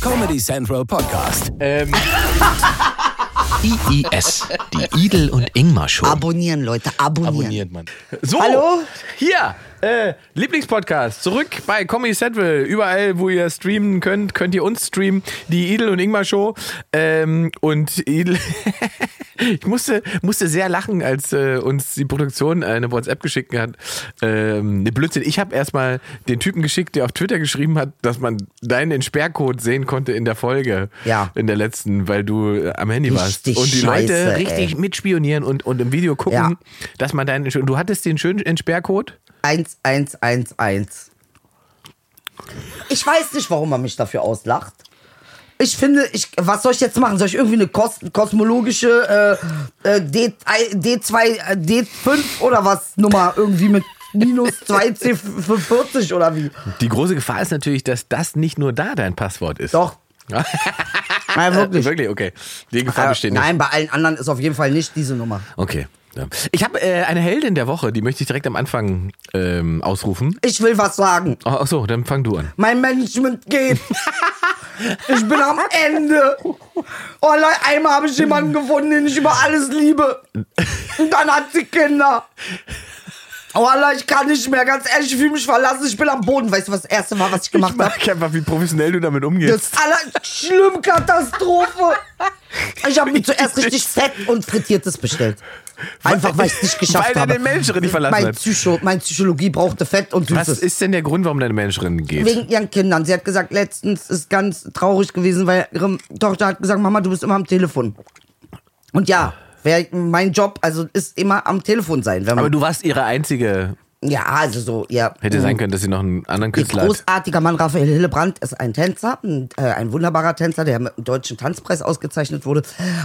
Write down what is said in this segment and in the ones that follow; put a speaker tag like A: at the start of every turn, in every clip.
A: Comedy Central Podcast.
B: Ähm,
C: IIS, die Idel und Ingmar Show.
D: Abonnieren, Leute, abonnieren.
B: abonniert man. So,
D: Hallo?
B: hier, äh, Lieblingspodcast, zurück bei Comedy Central. Überall, wo ihr streamen könnt, könnt ihr uns streamen. Die Idel und Ingmar Show. Ähm, und Idel, ich musste, musste sehr lachen, als äh, uns die Produktion eine WhatsApp geschickt hat. Ähm, ne Blödsinn. Ich habe erstmal den Typen geschickt, der auf Twitter geschrieben hat, dass man deinen Entsperrcode sehen konnte in der Folge.
D: Ja.
B: In der letzten, weil du äh, am Handy warst.
D: Richtig
B: Und die
D: scheiße,
B: Leute
D: ey.
B: richtig mitspionieren und, und im Video gucken,
D: Ja.
B: dass man deinen. Du hattest den schönen Entsperrcode?
D: 1111. Ich weiß nicht, warum man mich dafür auslacht. Ich finde, ich, was soll ich jetzt machen? Soll ich irgendwie eine Kos kosmologische äh, äh, D, D2, äh, D5 oder was Nummer irgendwie mit minus 2C40 oder wie?
B: Die große Gefahr ist natürlich, dass das nicht nur da dein Passwort ist.
D: Doch. Nein, wirklich.
B: Wirklich, okay. Die Gefahr
D: Äh,
B: besteht nicht.
D: nein, bei allen anderen ist auf jeden Fall nicht diese Nummer.
B: Okay. Ja. Ich habe äh, eine Heldin der Woche, die möchte ich direkt am Anfang ähm, ausrufen. Oh,
D: Ich will was sagen.
B: Ach so, dann fang du an.
D: Mein Management geht. Ich bin am Ende. Oh, Leute, einmal habe ich jemanden gefunden, den ich über alles liebe. Und dann hat sie Kinder. Oh, Leute, ich kann nicht mehr. Ganz ehrlich, ich fühle mich verlassen. Ich bin am Boden. Weißt du, was das erste war, was ich gemacht habe?
B: einfach, wie professionell du damit
D: Das
B: umgehst.
D: ist aller schlimm Katastrophe. Ich habe mir zuerst richtig Fett und Frittiertes bestellt. Einfach, weil ich es nicht geschafft
B: Weil er
D: habe.
B: den Menschen richtig verlassen
D: mein
B: hat.
D: Psycho, mein Psychologie brauchte Fett und Süßes.
B: Was ist denn der Grund, warum deine Menschin geht?
D: Wegen ihren Kindern. Sie hat gesagt, letztens ist ganz traurig gewesen, weil ihre Tochter hat gesagt, Mama, du bist immer am Telefon. Und ja, wär mein Job, also ist immer am Telefon sein. Wenn man,
B: Aber du warst ihre einzige.
D: ja, also so, ja.
B: Hätte sein können, dass sie noch einen anderen
D: Ihr
B: Künstler hat.
D: großartiger Mann Raphael Hillebrand ist ein Tänzer, ein, äh, ein wunderbarer Tänzer, der mit dem Deutschen Tanzpreis ausgezeichnet wurde.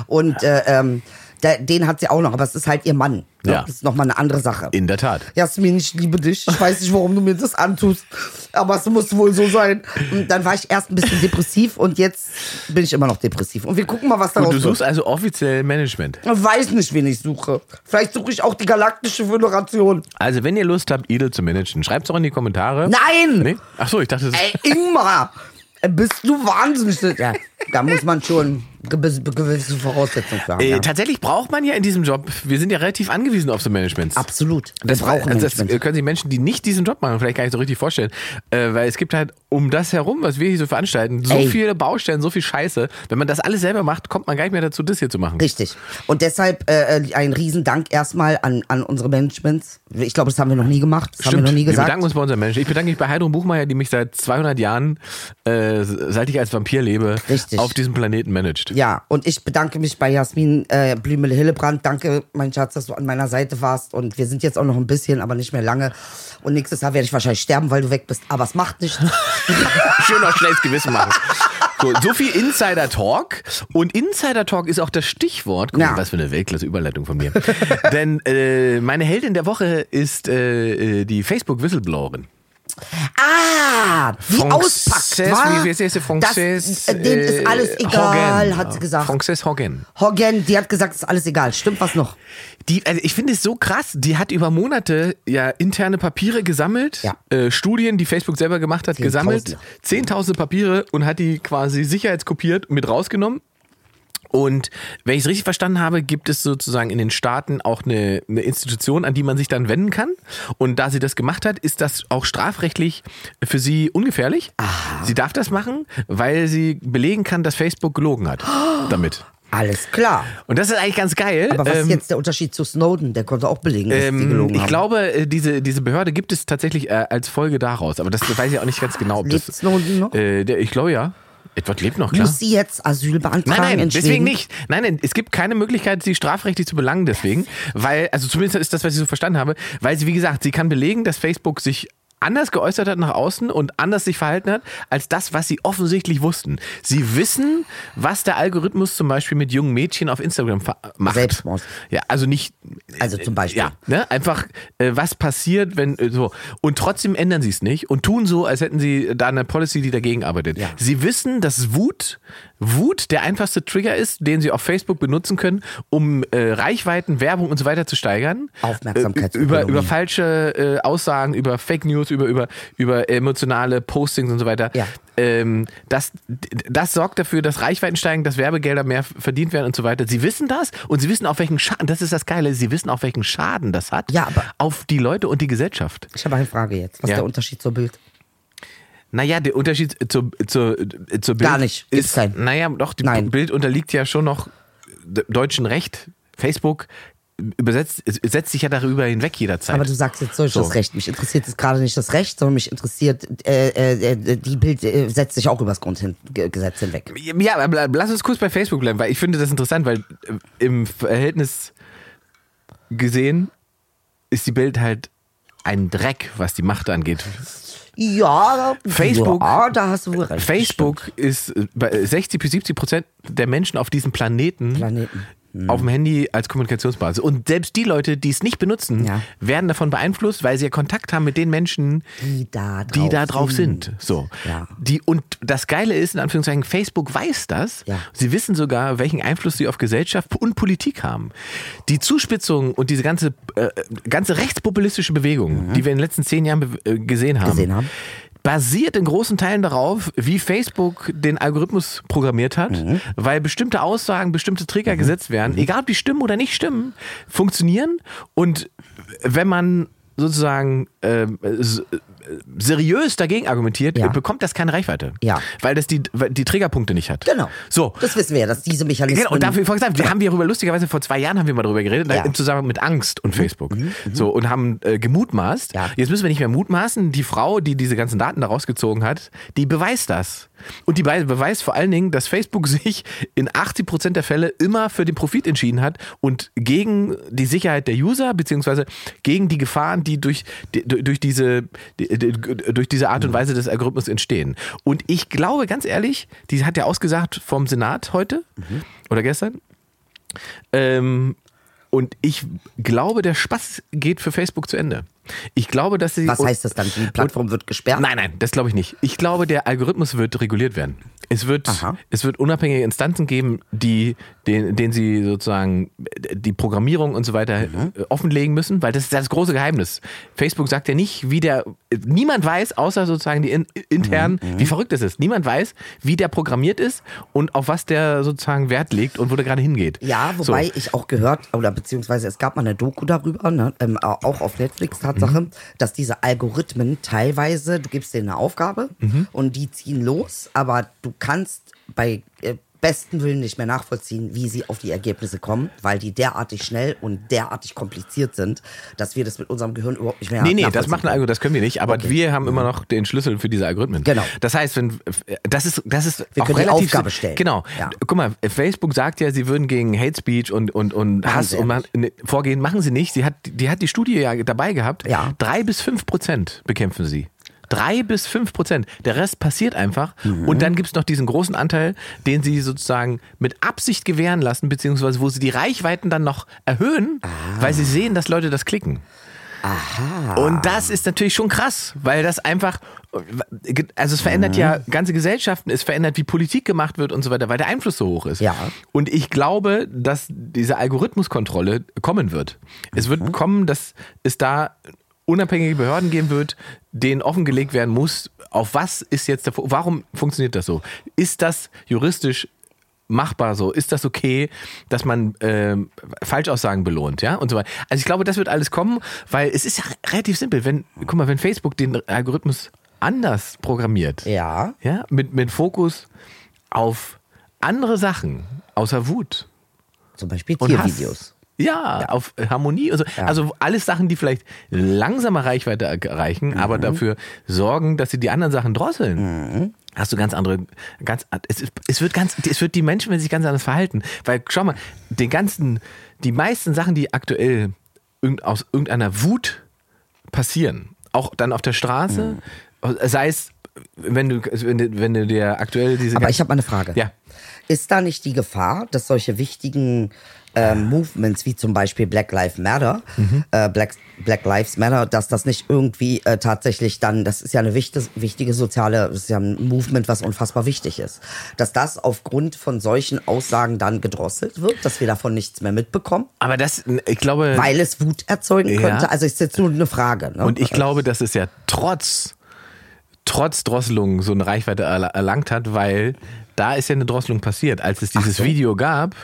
D: Und äh, ähm, der, den hat sie auch noch, aber es ist halt ihr Mann.
B: Ja.
D: Das ist nochmal eine andere Sache.
B: In der Tat.
D: Jasmin, ich liebe dich. Ich weiß nicht, warum du mir das antust, aber es muss wohl so sein. Und dann war ich erst ein bisschen depressiv und jetzt bin ich immer noch depressiv. Und wir gucken mal, was
B: Und
D: daraus
B: du suchst
D: wird.
B: also offiziell Management.
D: Ich weiß nicht, wen ich suche. Vielleicht suche ich auch die Galaktische Föderation.
B: Also, wenn ihr Lust habt, Idel zu managen, schreibt's doch in die Kommentare.
D: Nein!
B: Nee? Ach so, ich dachte, das
D: Ey, Ingmar, bist du wahnsinnig. Ja, da muss man schon gewisse, gewisse Voraussetzungen für haben.
B: Äh,
D: ja.
B: Tatsächlich braucht man ja in diesem Job, wir sind ja relativ angewiesen auf so Managements.
D: Absolut.
B: Das brauchen also das
D: Management.
B: können sich Menschen, die nicht diesen Job machen, vielleicht gar nicht so richtig vorstellen. Äh, weil es gibt halt um das herum, was wir hier so veranstalten, so
D: Ey.
B: viele Baustellen, so viel Scheiße. Wenn man das alles selber macht, kommt man gar nicht mehr dazu, das hier zu machen.
D: Richtig. Und deshalb äh, ein Riesendank erstmal an, an unsere Managements. Ich glaube, das haben wir noch nie gemacht. Das haben wir noch nie gesagt.
B: bedanken uns bei unserem Menschen. Ich bedanke mich bei Heidrun Buchmeier, die mich seit 200 Jahren, äh, seit ich als Vampir lebe,
D: Richtig.
B: auf diesem Planeten managt.
D: Ja, und ich bedanke mich bei Jasmin äh, Blümel-Hillebrand. Danke, mein Schatz, dass du an meiner Seite warst. Und wir sind jetzt auch noch ein bisschen, aber nicht mehr lange. Und nächstes Jahr werde ich wahrscheinlich sterben, weil du weg bist. Aber es macht nichts.
B: Schön auf schlechtes Gewissen machen. So, so viel Insider Talk. Und Insider Talk ist auch das Stichwort. Guck mal,
D: Ja.
B: was für eine Weltklasse-Überleitung von mir. Denn äh, meine Heldin der Woche ist äh, äh, die Facebook-Whistleblowerin.
D: ah, die
B: Frances,
D: auspackt, wa?
B: wie- wie heißt sie? Frances,
D: Das, äh, denen ist alles
B: äh,
D: egal,
B: Hogan.
D: hat sie gesagt.
B: Frances Hogan.
D: Hogan, die hat gesagt, ist alles egal. Stimmt was noch?
B: Die, also ich finde es so krass, die hat über Monate ja interne Papiere gesammelt,
D: Ja.
B: äh, Studien, die Facebook selber gemacht hat, gesammelt,
D: Zehntausende.
B: zehntausende Papiere und hat die quasi sicherheitskopiert und mit rausgenommen. Und wenn ich es richtig verstanden habe, gibt es sozusagen in den Staaten auch eine, eine Institution, an die man sich dann wenden kann. Und da sie das gemacht hat, ist das auch strafrechtlich für sie ungefährlich. Sie darf das machen, weil sie belegen kann, dass Facebook gelogen hat damit.
D: Alles klar.
B: Und das ist eigentlich ganz geil.
D: Aber was
B: Ähm,
D: ist jetzt der Unterschied zu Snowden? Der konnte auch belegen, dass die gelogen
B: ich
D: haben.
B: glaube, äh, diese, diese Behörde gibt es tatsächlich äh, als Folge daraus. Aber das weiß ich auch nicht ganz genau. Ob
D: Lebt
B: das,
D: Snowden noch?
B: Äh, der, ich glaube ja. Edward lebt noch, klar.
D: Muss sie jetzt Asyl beantragen
B: Nein, nein,
D: in
B: deswegen
D: Schweden?
B: nicht. Nein, nein, es gibt keine Möglichkeit, sie strafrechtlich zu belangen deswegen. Weil, also zumindest ist das, was ich so verstanden habe. Weil sie, wie gesagt, sie kann belegen, dass Facebook sich anders geäußert hat nach außen und anders sich verhalten hat, als das, was sie offensichtlich wussten. Sie wissen, was der Algorithmus zum Beispiel mit jungen Mädchen auf Instagram ver- macht.
D: Selbstmord.
B: Ja, also nicht...
D: Also zum Beispiel.
B: Ja, ne? einfach, äh, was passiert, wenn äh, so. Und trotzdem ändern sie es nicht und tun so, als hätten sie da eine Policy, die dagegen arbeitet.
D: Ja.
B: Sie wissen, dass Wut, Wut der einfachste Trigger ist, den sie auf Facebook benutzen können, um äh, Reichweiten, Werbung und so weiter zu steigern.
D: Aufmerksamkeitsökonomie.
B: Äh, über, über falsche äh, Aussagen, über Fake News, über, über, über emotionale Postings und so weiter.
D: Ja.
B: Ähm, das, das sorgt dafür, dass Reichweiten steigen, dass Werbegelder mehr verdient werden und so weiter. Sie wissen das und sie wissen auch welchen Schaden, das ist das Geile, sie wissen auch welchen Schaden das hat
D: Ja, aber-
B: auf die Leute und die Gesellschaft.
D: Ich habe eine Frage jetzt. Was ist
B: Ja.
D: der Unterschied zur Bild?
B: Naja, der Unterschied zur, zur, äh, zur Bild
D: Gar nicht. Gibt's
B: ist,
D: keinen.
B: naja, doch, die
D: Nein.
B: Bild unterliegt ja schon noch de- deutschen Recht. Facebook übersetzt, setzt sich ja darüber hinweg jederzeit.
D: Aber du sagst jetzt solch
B: So.
D: das Recht. Mich interessiert jetzt gerade nicht das Recht, sondern mich interessiert, äh, äh, äh, die Bild äh, setzt sich auch übers Grundgesetz hinweg.
B: ja, aber bl- lass uns kurz bei Facebook bleiben, weil ich finde das interessant, weil äh, im Verhältnis gesehen ist die Bild halt ein Dreck, was die Macht angeht.
D: Ja,
B: Facebook-
D: Ja, da hast du wohl recht.
B: Facebook ist äh, bei äh, 60 bis 70 Prozent der Menschen auf diesem Planeten,
D: Planeten.
B: auf dem Handy als Kommunikationsbasis. Und selbst die Leute, die es nicht benutzen,
D: Ja.
B: werden davon beeinflusst, weil sie ja Kontakt haben mit den Menschen,
D: Die da drauf,
B: die da drauf sind. So.
D: Ja.
B: Die, und das Geile ist, in Anführungszeichen, Facebook weiß das.
D: Ja.
B: Sie wissen sogar, welchen Einfluss sie auf Gesellschaft und Politik haben. Die Zuspitzung und diese ganze, äh, ganze rechtspopulistische Bewegung, die wir in den letzten zehn Jahren be- äh, gesehen haben,
D: Mhm. Gesehen haben.
B: basiert in großen Teilen darauf, wie Facebook den Algorithmus programmiert hat,
D: Mhm.
B: weil bestimmte Aussagen, bestimmte Trigger gesetzt werden, egal ob die stimmen oder nicht stimmen, funktionieren und wenn man sozusagen ähm, s- äh, seriös dagegen argumentiert,
D: Ja.
B: bekommt das keine Reichweite.
D: Ja.
B: Weil das die, weil die Triggerpunkte nicht hat.
D: Genau.
B: So.
D: Das wissen wir ja, dass diese Mechanismen.
B: Genau, und dafür, vor gesagt, wir haben wir darüber lustigerweise vor zwei Jahren haben wir mal darüber geredet,
D: Ja.
B: im Zusammenhang mit Angst und Facebook. So, und haben äh, gemutmaßt.
D: Ja.
B: Jetzt müssen wir nicht mehr mutmaßen. Die Frau, die diese ganzen Daten da rausgezogen hat, die beweist das. Und die be- beweist vor allen Dingen, dass Facebook sich in 80 Prozent der Fälle immer für den Profit entschieden hat und gegen die Sicherheit der User, beziehungsweise gegen die Gefahren, die durch, die, durch, diese, die, die, durch diese Art und Weise des Algorithmus entstehen. Und ich glaube, ganz ehrlich, die hat ja ausgesagt vom Senat heute oder gestern, ähm, und ich glaube, der Spaß geht für Facebook zu Ende. Ich glaube, dass sie.
D: Was heißt das dann? Die Plattform wird gesperrt?
B: Nein, nein, das glaube ich nicht. Ich glaube, der Algorithmus wird reguliert werden. Es wird,
D: Aha.
B: es wird unabhängige Instanzen geben, die, den, denen sie sozusagen die Programmierung und so weiter
D: Mhm.
B: äh, offenlegen müssen, weil das ist das große Geheimnis. Facebook sagt ja nicht, wie der, niemand weiß, außer sozusagen die in, internen,
D: Mhm,
B: wie verrückt das ist. Niemand weiß, wie der programmiert ist und auf was der sozusagen Wert legt und wo der gerade hingeht.
D: Ja, wobei
B: So.
D: ich auch gehört, oder beziehungsweise es gab mal eine Doku darüber, ne, ähm, auch auf Netflix Tatsache,
B: Mhm.
D: dass diese Algorithmen teilweise, du gibst denen eine Aufgabe
B: Mhm.
D: und die ziehen los, aber du kannst bei äh, besten Willen nicht mehr nachvollziehen, wie sie auf die Ergebnisse kommen, weil die derartig schnell und derartig kompliziert sind, dass wir das mit unserem Gehirn überhaupt nicht mehr
B: Nee, nee, das
D: nachvollziehen
B: macht ein
D: können.
B: Algorithmus, das können wir nicht, aber wir haben immer noch den Schlüssel für diese Algorithmen.
D: Genau.
B: Das heißt, wenn das ist das ist
D: Wir
B: auch
D: können die
B: relativ
D: Aufgabe stellen.
B: Genau.
D: Ja.
B: Guck mal, Facebook sagt ja, sie würden gegen Hate Speech und und und
D: Machen
B: Hass
D: sie
B: und
D: ja
B: ma- ne, vorgehen, machen sie nicht. Sie hat die hat die Studie ja dabei gehabt.
D: Ja.
B: Drei bis fünf Prozent bekämpfen sie. Drei bis fünf Prozent. Der Rest passiert einfach.
D: Mhm.
B: Und dann gibt's noch diesen großen Anteil, den sie sozusagen mit Absicht gewähren lassen, beziehungsweise wo sie die Reichweiten dann noch erhöhen,
D: Ah.
B: weil sie sehen, dass Leute das klicken. Und das ist natürlich schon krass, weil das einfach, also es verändert ja ganze Gesellschaften, es verändert, wie Politik gemacht wird und so weiter, weil der Einfluss so hoch ist.
D: Ja.
B: Und ich glaube, dass diese Algorithmuskontrolle kommen wird. Es wird kommen, dass es da unabhängige Behörden geben wird, denen offengelegt werden muss, auf was ist jetzt der, Fo- warum funktioniert das so? Ist das juristisch machbar so? Ist das okay, dass man ähm, Falschaussagen belohnt, ja? Und so weiter. Also ich glaube, das wird alles kommen, weil es ist ja relativ simpel. Wenn, guck mal, wenn Facebook den Algorithmus anders programmiert,
D: Ja.
B: ja, mit, mit Fokus auf andere Sachen, außer Wut
D: Zum Beispiel
B: und Hass.
D: Tiervideos.
B: Ja, auf Harmonie und so. Also alles Sachen, die vielleicht langsamer Reichweite er- erreichen,
D: Mhm.
B: aber dafür sorgen, dass sie die anderen Sachen drosseln. Hast du ganz andere, ganz, an- es, ist- es wird ganz, es wird die Menschen werden sich ganz anders verhalten. Weil, schau mal, den ganzen, die meisten Sachen, die aktuell irgend, aus irgendeiner Wut passieren. Auch dann auf der Straße,
D: Mhm.
B: sei es, wenn du, wenn du, wenn du dir aktuell diese.
D: Aber
B: ganzen-
D: ich habe mal eine Frage.
B: Ja.
D: Ist da nicht die Gefahr, dass solche wichtigen äh, Movements wie zum Beispiel Black Lives Matter,
B: Mhm.
D: äh, Black, Black Lives Matter, dass das nicht irgendwie äh, tatsächlich dann, das ist ja eine wichtige, wichtige soziale, das ist ja ein Movement, was unfassbar wichtig ist, dass das aufgrund von solchen Aussagen dann gedrosselt wird, dass wir davon nichts mehr mitbekommen,
B: Aber das, ich glaube,
D: weil es Wut erzeugen
B: Ja.
D: könnte. Also ist jetzt nur eine Frage. Ne?
B: und ich glaube, dass es ja trotz, trotz Drosselung so eine Reichweite erla- erlangt hat, weil da ist ja eine Drosselung passiert. Als es dieses Video gab,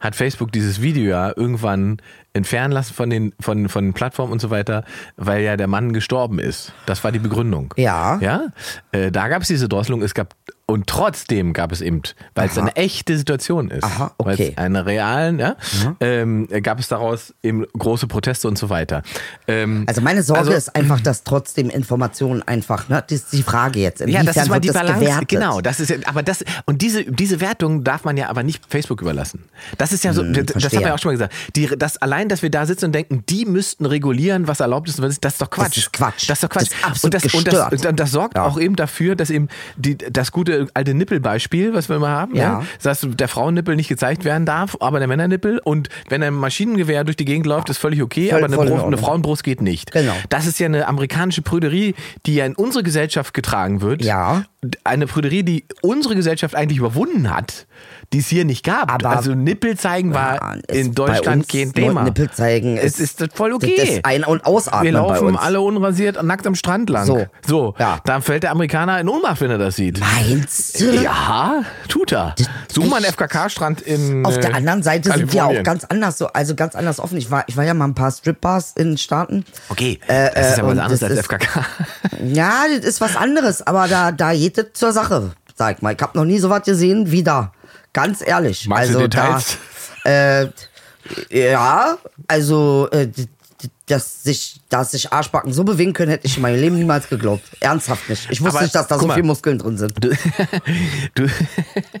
B: hat Facebook dieses Video ja irgendwann entfernen lassen von den, von, von Plattformen und so weiter, weil ja der Mann gestorben ist. Das war die Begründung.
D: Ja.
B: Ja. Äh, da gab es diese Drosselung, es gab, und trotzdem gab es eben, weil es
D: Aha.
B: eine echte Situation ist.
D: Aha,
B: Weil es
D: okay. Mhm.
B: Eine realen, ja. Ähm, gab es daraus eben große Proteste und so weiter. Ähm,
D: Also meine Sorge
B: also-
D: ist einfach, dass trotzdem Informationen einfach, ne, das ist die Frage jetzt,
B: Ja,
D: inwiefern
B: das ist mal
D: wird
B: die
D: das
B: Balance.
D: gewertet?
B: Genau, das ist ja, aber das und diese diese Wertung darf man ja aber nicht Facebook überlassen. Das ist ja so, das, das
D: verstehe.
B: haben wir auch schon mal gesagt. Die, das allein, dass wir da sitzen und denken, die müssten regulieren, was erlaubt ist, und was nicht, das ist doch Quatsch.
D: ist Quatsch.
B: Das ist doch Quatsch.
D: Das ist absolut
B: und, das, und, das,
D: gestört.
B: und dann- das sorgt
D: Ja.
B: auch eben dafür, dass eben die, das gute alte Nippelbeispiel, was wir immer haben,
D: Ja.
B: ne? dass der Frauennippel nicht gezeigt werden darf, aber der Männernippel und wenn ein Maschinengewehr durch die Gegend läuft, ist völlig okay,
D: Voll-
B: aber eine,
D: voll in
B: Brust, eine
D: Ordnung.
B: Frauenbrust geht nicht.
D: Genau.
B: Das ist ja eine amerikanische Prüderie, die ja in unsere Gesellschaft getragen wird.
D: Ja.
B: Eine Prüderie, die unsere Gesellschaft eigentlich überwunden hat, die es hier nicht gab.
D: Aber-
B: also Nippel zeigen war
D: Ja, ist
B: in
D: bei
B: Deutschland
D: uns
B: kein
D: nur
B: Thema.
D: Nippel zeigen
B: es ist, voll okay.
D: Das ist ein- und ausatmen
B: Wir
D: bei
B: laufen
D: uns.
B: alle unrasiert und nackt am Strand lang.
D: So.
B: so.
D: Ja.
B: Dann fällt der Amerikaner in Ohnmacht, wenn er das sieht.
D: Meinst du?
B: Ja, tut er. Such mal einen FKK-Strand in.
D: Auf der
B: äh,
D: anderen Seite sind wir
B: Kalifornien.
D: auch ganz anders so, also ganz anders offen. Ich war, ich war ja mal ein paar Stripbars in den Staaten.
B: Okay,
D: Äh,
B: das ist
D: äh,
B: ja was
D: und
B: anderes
D: das
B: als
D: ist-
B: FKK.
D: Ja, das ist was anderes, aber da, da geht es zur Sache, sag ich mal. Ich habe noch nie so was gesehen wie da. Ganz ehrlich.
B: Magst du
D: also
B: Details?
D: da. Äh, ja, also äh, d- d- dass sich, dass sich Arschbacken so bewegen können, hätte ich in meinem Leben niemals geglaubt. Ernsthaft nicht. Ich wusste
B: Aber
D: nicht, dass da
B: guck
D: so
B: mal.
D: viele Muskeln drin sind.
B: Du, du,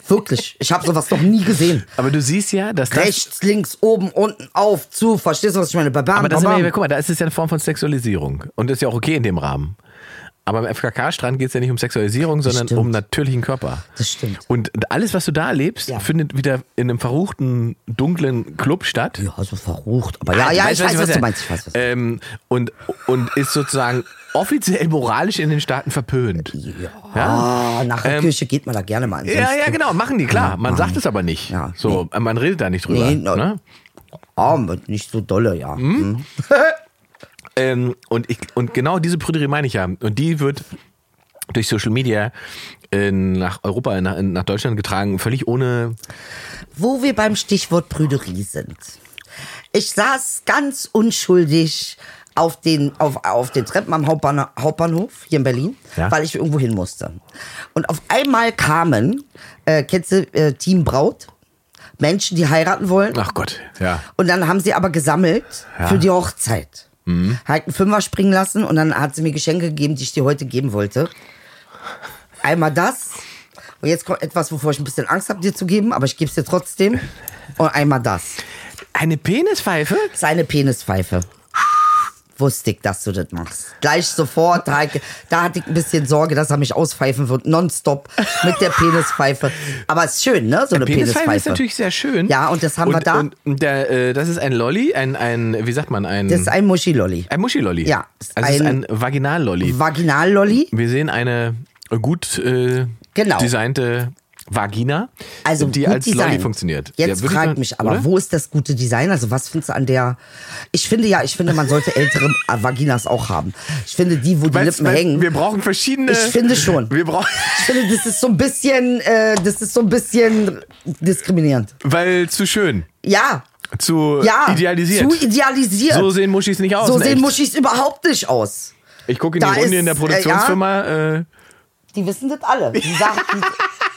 D: Wirklich. Ich habe sowas noch nie gesehen.
B: aber du siehst ja, dass das.
D: Rechts, links, oben, unten, auf, zu. Verstehst du, was ich meine? Babam,
B: Aber das sind
D: babam.
B: wir, guck mal, da ist es ja eine Form von Sexualisierung. Und ist ja auch okay in dem Rahmen. Aber im FKK-Strand geht es ja nicht um Sexualisierung, sondern
D: stimmt.
B: um natürlichen Körper.
D: Das stimmt.
B: Und alles, was du da erlebst,
D: Ja.
B: findet wieder in einem verruchten, dunklen Club statt.
D: ja, so verrucht. Aber
B: Ah,
D: ja, ja, ich weiß, was du meinst. Ich weiß, was du
B: Ähm, und, und ist sozusagen offiziell moralisch in den Staaten verpönt. Ja.
D: Ah, nach der Kirche geht man da gerne mal in so einen
B: Ähm, Ja, ja,
D: Strip.
B: genau, machen die, klar. Man sagt es aber nicht.
D: Ja,
B: so, man redet da nicht drüber.
D: Nee, no.
B: ne?
D: Arm und nicht so dolle, ja. Hm?
B: Ähm, und, ich, und genau diese Prüderie meine ich ja. Und die wird durch Social Media äh, nach Europa, nach, nach Deutschland getragen, völlig ohne.
D: Wo wir beim Stichwort Prüderie sind. Ich saß ganz unschuldig auf den, auf, auf den Treppen am Hauptbahn, Hauptbahnhof hier in Berlin,
B: Ja.
D: weil ich irgendwo hin musste. Und auf einmal kamen, äh, kennst du äh, Team Braut? Menschen, die heiraten wollen.
B: Ach Gott, ja.
D: Und dann haben sie aber gesammelt
B: Ja. Mhm.
D: für die Hochzeit. Hat einen Fünfer springen lassen und dann hat sie mir Geschenke gegeben, die ich dir heute geben wollte. Einmal das. Und jetzt kommt etwas, wovor ich ein bisschen Angst habe, dir zu geben, aber ich gebe es dir trotzdem. Und einmal das.
B: Eine Penispfeife?
D: Seine Penispfeife. Wusste ich, dass du das machst. Gleich sofort. Da, da hatte ich ein bisschen Sorge, dass er mich auspfeifen wird. Nonstop mit der Penispfeife. Aber es ist schön, ne? So eine Penispfeife.
B: Penispfeife ist natürlich sehr schön.
D: Ja, und das haben wir da.
B: Und der, äh, das ist ein Lolli, ein, ein, wie sagt man, ein.
D: das ist ein Muschilolli.
B: ein Muschilolli.
D: Ja,
B: Ist
D: ist
B: also es ist ein
D: ein-
B: Vaginallolli.
D: Vaginallolli.
B: wir sehen eine gut äh,
D: Genau.
B: designte Vagina,
D: Also
B: die
D: gut
B: als
D: Design.
B: Lolli funktioniert.
D: Jetzt
B: würde ich
D: frag
B: mal-
D: mich aber,
B: oder?
D: wo ist das gute Design? Also was findest du an der? Ich finde ja, ich finde, man sollte ältere äh, Vaginas auch haben. Ich finde die, wo die
B: Weißt-
D: Lippen
B: weißt-
D: hängen.
B: Wir brauchen verschiedene.
D: Ich finde schon.
B: Wir brauchen,
D: Ich finde, das ist so ein bisschen, äh, das ist so ein bisschen diskriminierend.
B: weil zu schön,
D: Ja,
B: zu
D: ja.
B: Äh, idealisiert.
D: Zu idealisiert.
B: so sehen Muschis nicht aus.
D: So
B: in
D: sehen
B: echt.
D: Muschis überhaupt nicht aus.
B: Ich gucke in
D: Da
B: die Runde
D: ist,
B: in der
D: äh,
B: Produktionsfirma. Äh,
D: Die wissen das alle. Die sagen, die,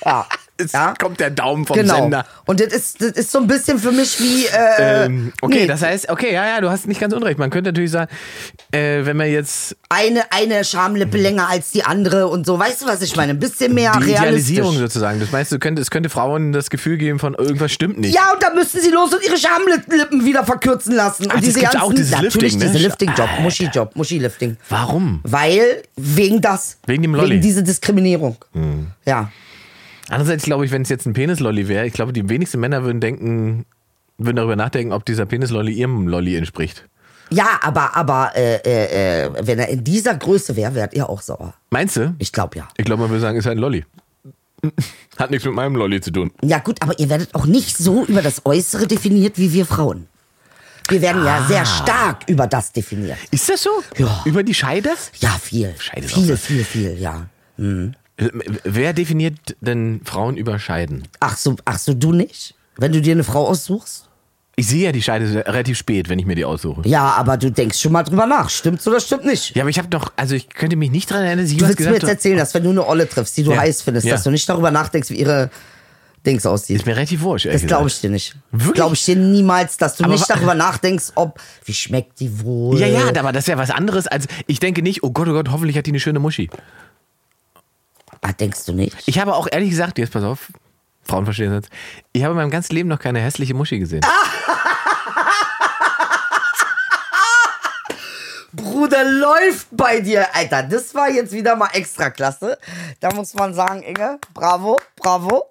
D: ja.
B: es
D: ja.
B: kommt der Daumen vom
D: Genau.
B: Sender.
D: Und das ist, das ist so ein bisschen für mich wie. Äh,
B: Ähm, okay,
D: nee.
B: das heißt, okay, ja, ja, du hast nicht ganz unrecht. Man könnte natürlich sagen, äh, wenn man jetzt
D: eine, eine Schamlippe länger als die andere und so. Weißt du, was ich meine? Ein bisschen mehr
B: Mhm. die
D: Ah,
B: Idealisierung
D: realistisch.
B: sozusagen, das meinst du, könnte, es könnte Frauen das Gefühl geben von irgendwas stimmt nicht.
D: Ja, und dann müssten sie los und ihre Schamlippen wieder verkürzen lassen. Und
B: das gibt's auch, dieses
D: natürlich
B: Lifting, ne?
D: diese Lifting-Job,
B: Alter.
D: Muschi-Job, Muschi-Lifting.
B: Warum?
D: Weil, wegen das.
B: Wegen dem Lolli. Mhm.
D: Wegen dieser Diskriminierung. Ja.
B: Andererseits glaube ich, wenn es jetzt ein Penislolli wäre, ich glaube, die wenigsten Männer würden denken, würden darüber nachdenken, ob dieser Penislolli ihrem Lolli entspricht.
D: Ja, aber, aber äh, äh, äh, wenn er in dieser Größe wäre, wärt ihr auch sauer.
B: Meinst du?
D: Ich glaube ja.
B: Ich glaube, man würde sagen, ist halt ein Lolli. Hat nichts mit meinem Lolli zu tun.
D: Ja gut, aber ihr werdet auch nicht so über das Äußere definiert wie wir Frauen. Wir werden
B: Ah.
D: ja sehr stark über das definiert.
B: Ist das so?
D: Ja.
B: Über die Scheide?
D: Ja, viel.
B: Scheiße.
D: viel, viel, viel, ja.
B: Wer definiert denn Frauen über Scheiden?
D: Ach so, ach so, du nicht? Wenn du dir eine Frau aussuchst?
B: Ich sehe ja die Scheide sehr- relativ spät, wenn ich mir die aussuche.
D: Ja, aber du denkst schon mal drüber nach. Stimmt's oder stimmt nicht?
B: Ja, aber ich habe doch, also ich könnte mich nicht dran erinnern, dass ich
D: Du
B: jemals
D: willst mir
B: gesagt
D: jetzt
B: habe.
D: erzählen, dass wenn du eine Olle triffst, die du
B: Ja.
D: heiß findest,
B: Ja.
D: dass du nicht darüber nachdenkst, wie ihre Dings aussieht.
B: Ist mir relativ wurscht, ehrlich
D: Das glaube ich
B: gesagt.
D: dir nicht.
B: Wirklich?
D: Glaube ich dir niemals, dass du
B: Aber
D: nicht
B: wa-
D: darüber nachdenkst, ob wie schmeckt die wohl.
B: Ja, ja, aber das ist ja was anderes als, ich denke nicht, oh Gott, oh Gott, hoffentlich hat die eine schöne Muschi.
D: Ah, denkst du nicht?
B: Ich habe auch ehrlich gesagt, jetzt pass auf, Frauen verstehen das. Ich habe in meinem ganzen Leben noch keine hässliche Muschi gesehen.
D: Ah! Bruder läuft bei dir, Alter. Das war jetzt wieder mal extra klasse. Da muss man sagen, Inge, bravo, bravo.